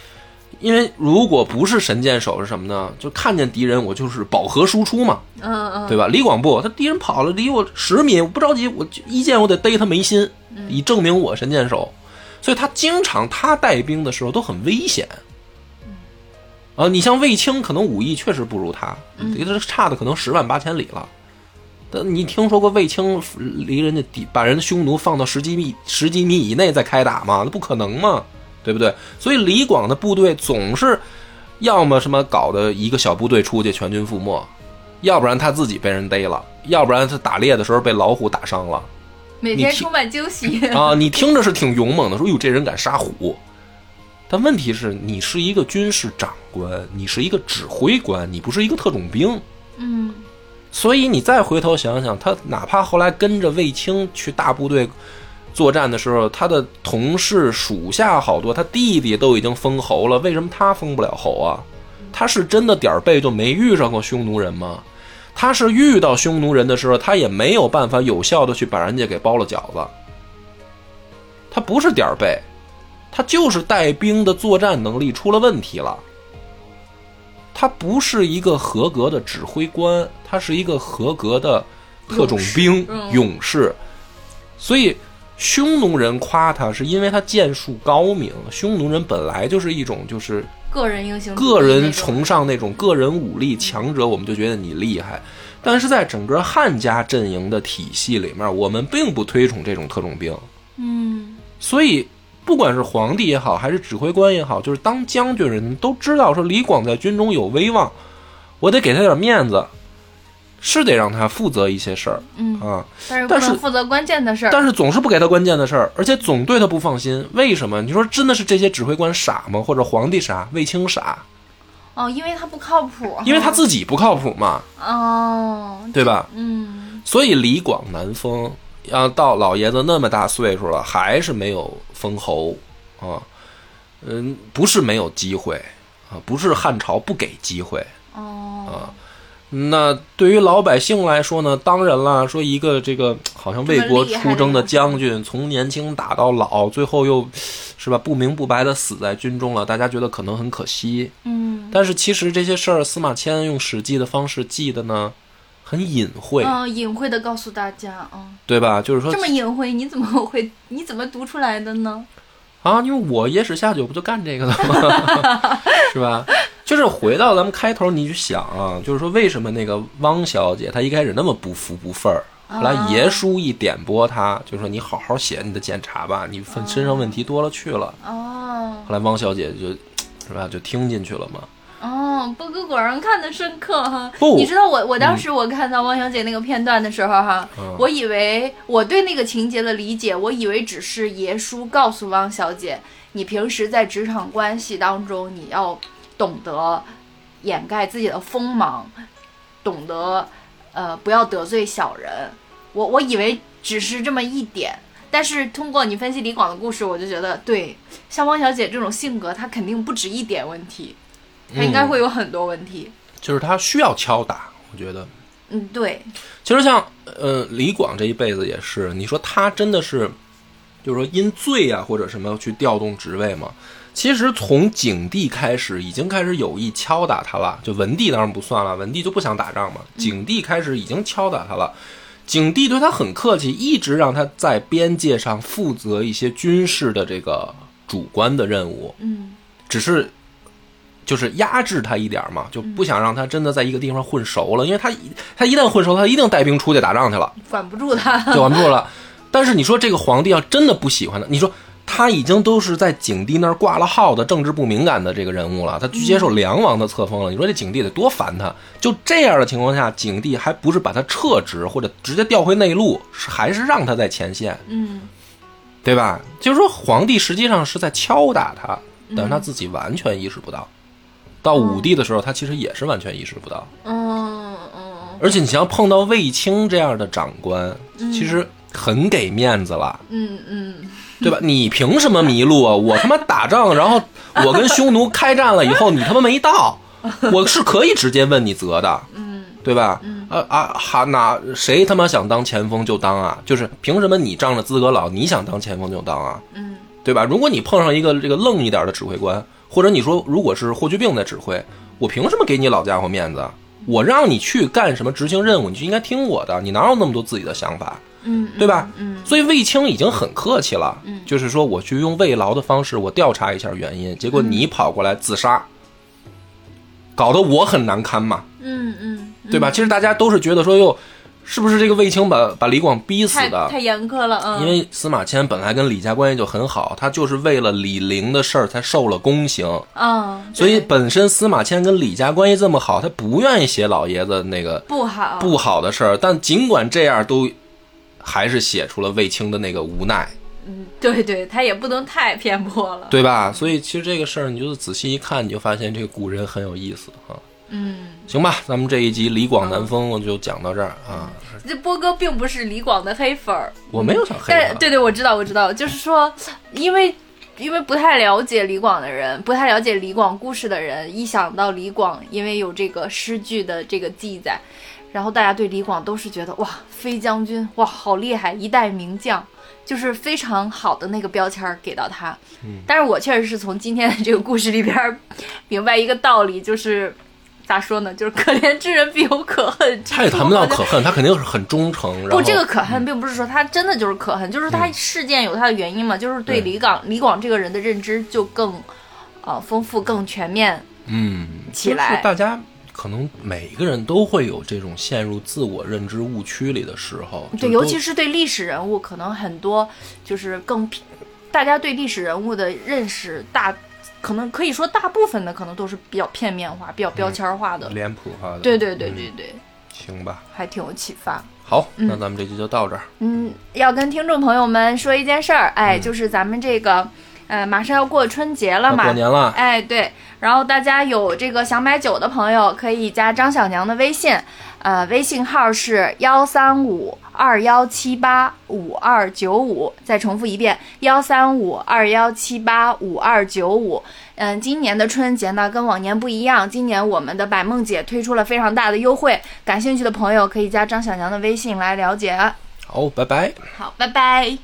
Speaker 1: 因为如果不是神箭手是什么呢？就看见敌人我就是饱和输出嘛，
Speaker 3: 嗯嗯
Speaker 1: 对吧？李广不，他敌人跑了离我十米，我不着急，我就一箭我得逮他眉心，以证明我神箭手。所以他经常他带兵的时候都很危险。啊，你像卫青，可能武艺确实不如他，离他差的可能十万八千里了。但你听说过卫青离人家敌把人的匈奴放到十几米十几米以内再开打吗？那不可能嘛，对不对？所以李广的部队总是要么什么搞的一个小部队出去全军覆没，要不然他自己被人逮了，要不然他打猎的时候被老虎打伤了。
Speaker 3: 每天
Speaker 1: 你提
Speaker 3: 充满惊喜。 (laughs)
Speaker 1: 啊，你听着是挺勇猛的，说哟这人敢杀虎，但问题是你是一个军事长官，你是一个指挥官，你不是一个特种兵，
Speaker 2: 嗯
Speaker 1: 所以你再回头想想，他哪怕后来跟着卫青去大部队作战的时候，他的同事属下好多，他弟弟都已经封侯了，为什么他封不了侯啊？他是真的点儿背就没遇上过匈奴人吗？他是遇到匈奴人的时候，他也没有办法有效的去把人家给包了饺子。他不是点儿背，他就是带兵的作战能力出了问题了。他不是一个合格的指挥官，他是一个合格的特种兵
Speaker 3: 嗯
Speaker 1: 勇士。所以，匈奴人夸他是因为他剑术高明。匈奴人本来就是一种就是
Speaker 3: 个人英雄主义那
Speaker 1: 个
Speaker 3: 种，
Speaker 1: 人崇尚那种个人武力强者，我们就觉得你厉害。但是在整个汉家阵营的体系里面，我们并不推崇这种特种兵。
Speaker 2: 嗯
Speaker 1: 所以，不管是皇帝也好，还是指挥官也好，就是当将军人都知道说李广在军中有威望，我得给他点面子，是得让他负责一些事儿
Speaker 2: 嗯，
Speaker 1: 啊。
Speaker 3: 但是不
Speaker 1: 但是
Speaker 3: 能负责关键的事儿。
Speaker 1: 但是总是不给他关键的事儿，而且总对他不放心。为什么？你说真的是这些指挥官傻吗？或者皇帝傻？卫青傻？
Speaker 2: 哦，因为他不靠谱，
Speaker 1: 因为他自己不靠谱嘛，
Speaker 2: 哦，
Speaker 1: 对吧？
Speaker 2: 嗯
Speaker 1: 所以李广难封，啊，到老爷子那么大岁数了，还是没有封侯啊。嗯，不是没有机会啊，不是汉朝不给机会。
Speaker 2: 哦，
Speaker 1: 啊那对于老百姓来说呢，当然啦，说一个这个好像为国出征的将军，从年轻打到老，最后又是吧不明不白的死在军中了，大家觉得可能很可惜。
Speaker 2: 嗯
Speaker 1: 但是其实这些事儿，司马迁用《史记》的方式记的呢，很隐晦，
Speaker 2: 嗯，隐晦的告诉大家，嗯，
Speaker 1: 对吧？就是说
Speaker 2: 这么隐晦，你怎么会？你怎么读出来的呢？
Speaker 1: 啊，因为我野史下酒不就干这个的吗？ (laughs) 是吧？就是回到咱们开头，你去想啊，就是说为什么那个汪小姐她一开始那么不服不忿儿，后来爷叔一点拨她，就说你好好写你的检查吧，你分身上问题多了去了。
Speaker 2: 哦
Speaker 1: 后来汪小姐就，是吧，就听进去了嘛。
Speaker 3: 哦，波哥果然看得深刻哈。
Speaker 1: 不
Speaker 3: 你知道我我当时我看到汪小姐那个片段的时候哈，
Speaker 1: 嗯
Speaker 3: 我以为我对那个情节的理解，我以为只是爷叔告诉汪小姐，你平时在职场关系当中，你要懂得掩盖自己的锋芒，懂得呃不要得罪小人。我我以为只是这么一点。但是通过你分析李广的故事，我就觉得，对，像汪小姐这种性格，她肯定不止一点问题。他应该
Speaker 1: 嗯
Speaker 3: 会有很多问题。
Speaker 1: 就是她需要敲打，我觉得。
Speaker 3: 嗯，对，
Speaker 1: 其实像呃李广这一辈子也是，你说他真的是就是说因罪啊或者什么去调动职位嘛。其实从景帝开始，已经开始有意敲打他了。就文帝当然不算了，文帝就不想打仗嘛。景帝开始已经敲打他了，景帝对他很客气，一直让他在边界上负责一些军事的这个主观的任务，
Speaker 2: 嗯
Speaker 1: 只是就是压制他一点儿嘛，就不想让他真的在一个地方混熟了，因为他一他一旦混熟，他一定带兵出去打仗去了。
Speaker 2: 管不住他，
Speaker 1: 就完不住了。但是你说这个皇帝要真的不喜欢他，你说他已经都是在景帝那儿挂了号的政治不敏感的这个人物了，他接受梁王的册封了，你说这景帝得多烦他？就这样的情况下，景帝还不是把他撤职或者直接调回内陆，是还是让他在前线，
Speaker 2: 嗯
Speaker 1: 对吧？就是说皇帝实际上是在敲打他，但是他自己完全意识不到。到武帝的时候，他其实也是完全意识不到。
Speaker 2: 嗯嗯
Speaker 1: 而且你像碰到卫青这样的长官，其实很给面子了。
Speaker 2: 嗯嗯，
Speaker 1: 对吧？你凭什么迷路啊？我他妈打仗，然后我跟匈奴开战了以后，你他妈没到，我是可以直接问你责的，嗯，对吧？啊啊哈，哪谁他妈想当前锋就当啊？就是凭什么你仗着资格老，你想当前锋就当啊？
Speaker 2: 嗯，
Speaker 1: 对吧？如果你碰上一个这个愣一点的指挥官，或者你说如果是霍去病在指挥，我凭什么给你老家伙面子啊？我让你去干什么执行任务，你就应该听我的，你哪有那么多自己的想法？
Speaker 2: 嗯，
Speaker 1: 对吧？
Speaker 2: 嗯
Speaker 1: 所以卫青已经很客气了，就是说我去用慰劳的方式，我调查一下原因，结果
Speaker 2: 嗯
Speaker 1: 你跑过来自杀，搞得我很难堪嘛，
Speaker 2: 嗯嗯，
Speaker 1: 对吧？其实大家都是觉得说，哟，是不是这个卫青把把李广逼死
Speaker 2: 太
Speaker 1: 的？
Speaker 2: 太严苛了，嗯，
Speaker 1: 因为司马迁本来跟李家关系就很好，他就是为了李陵的事儿才受了宫刑，
Speaker 2: 嗯，
Speaker 1: 所以
Speaker 2: 对
Speaker 1: 本身司马迁跟李家关系这么好，他不愿意写老爷子那个
Speaker 2: 不好，
Speaker 1: 不好的事儿，但尽管这样，都还是写出了卫青的那个无奈。
Speaker 2: 嗯，对对，他也不能太偏颇了，
Speaker 1: 对吧？所以其实这个事儿，你就是仔细一看，你就发现这个古人很有意思啊。
Speaker 2: 嗯，
Speaker 1: 行吧，咱们这一集《李广南风》就讲到这儿啊。
Speaker 2: 这波哥并不是李广的黑粉儿，
Speaker 1: 我没有想黑
Speaker 2: 但
Speaker 1: 他，
Speaker 2: 对对，我知道，我知道，就是说，因为因为不太了解李广的人，不太了解李广故事的人，一想到李广，因为有这个诗句的这个记载，然后大家对李广都是觉得哇，飞将军，哇，好厉害，一代名将。就是非常好的那个标签儿给到他，
Speaker 1: 嗯
Speaker 2: 但是我确实是从今天的这个故事里边儿明白一个道理，就是咋说呢，就是可怜之人必有可恨之处。
Speaker 1: 他也谈不到
Speaker 2: 好像
Speaker 1: 可恨，他肯定是很忠诚。然后嗯
Speaker 2: 不，这个可恨并不是说他真的就是可恨，就是他事件有他的原因嘛，就是对
Speaker 1: 对
Speaker 2: 李广李广这个人的认知就更，呃，丰富、更全面
Speaker 1: 嗯，
Speaker 2: 起
Speaker 1: 就是
Speaker 2: 来。
Speaker 1: 大家可能每个人都会有这种陷入自我认知误区里的时候。就
Speaker 2: 对，
Speaker 1: 都
Speaker 2: 尤其是对历史人物，可能很多就是更，大家对历史人物的认识大，可能可以说大部分的可能都是比较片面化、比较标签化的。
Speaker 1: 脸谱化的。
Speaker 2: 对对对
Speaker 1: 嗯
Speaker 2: 对对，
Speaker 1: 行吧。
Speaker 2: 还挺有启发。
Speaker 1: 好，那咱们这集就到这儿。
Speaker 2: 嗯，要跟听众朋友们说一件事儿，
Speaker 1: 嗯
Speaker 2: 哎，就是咱们这个，呃，马上要过春节了
Speaker 1: 那
Speaker 2: 嘛，
Speaker 1: 过年 (laughs) 了，
Speaker 2: 哎，对，然后大家有这个想买酒的朋友，可以加张小娘的微信，呃，微信号是幺三五二幺七八五二九五，再重复一遍，幺三五二幺七八五二九五。嗯，今年的春节呢，跟往年不一样，今年我们的百梦姐推出了非常大的优惠，感兴趣的朋友可以加张小娘的微信来了解。啊
Speaker 1: 好，拜拜。
Speaker 2: 好，拜拜。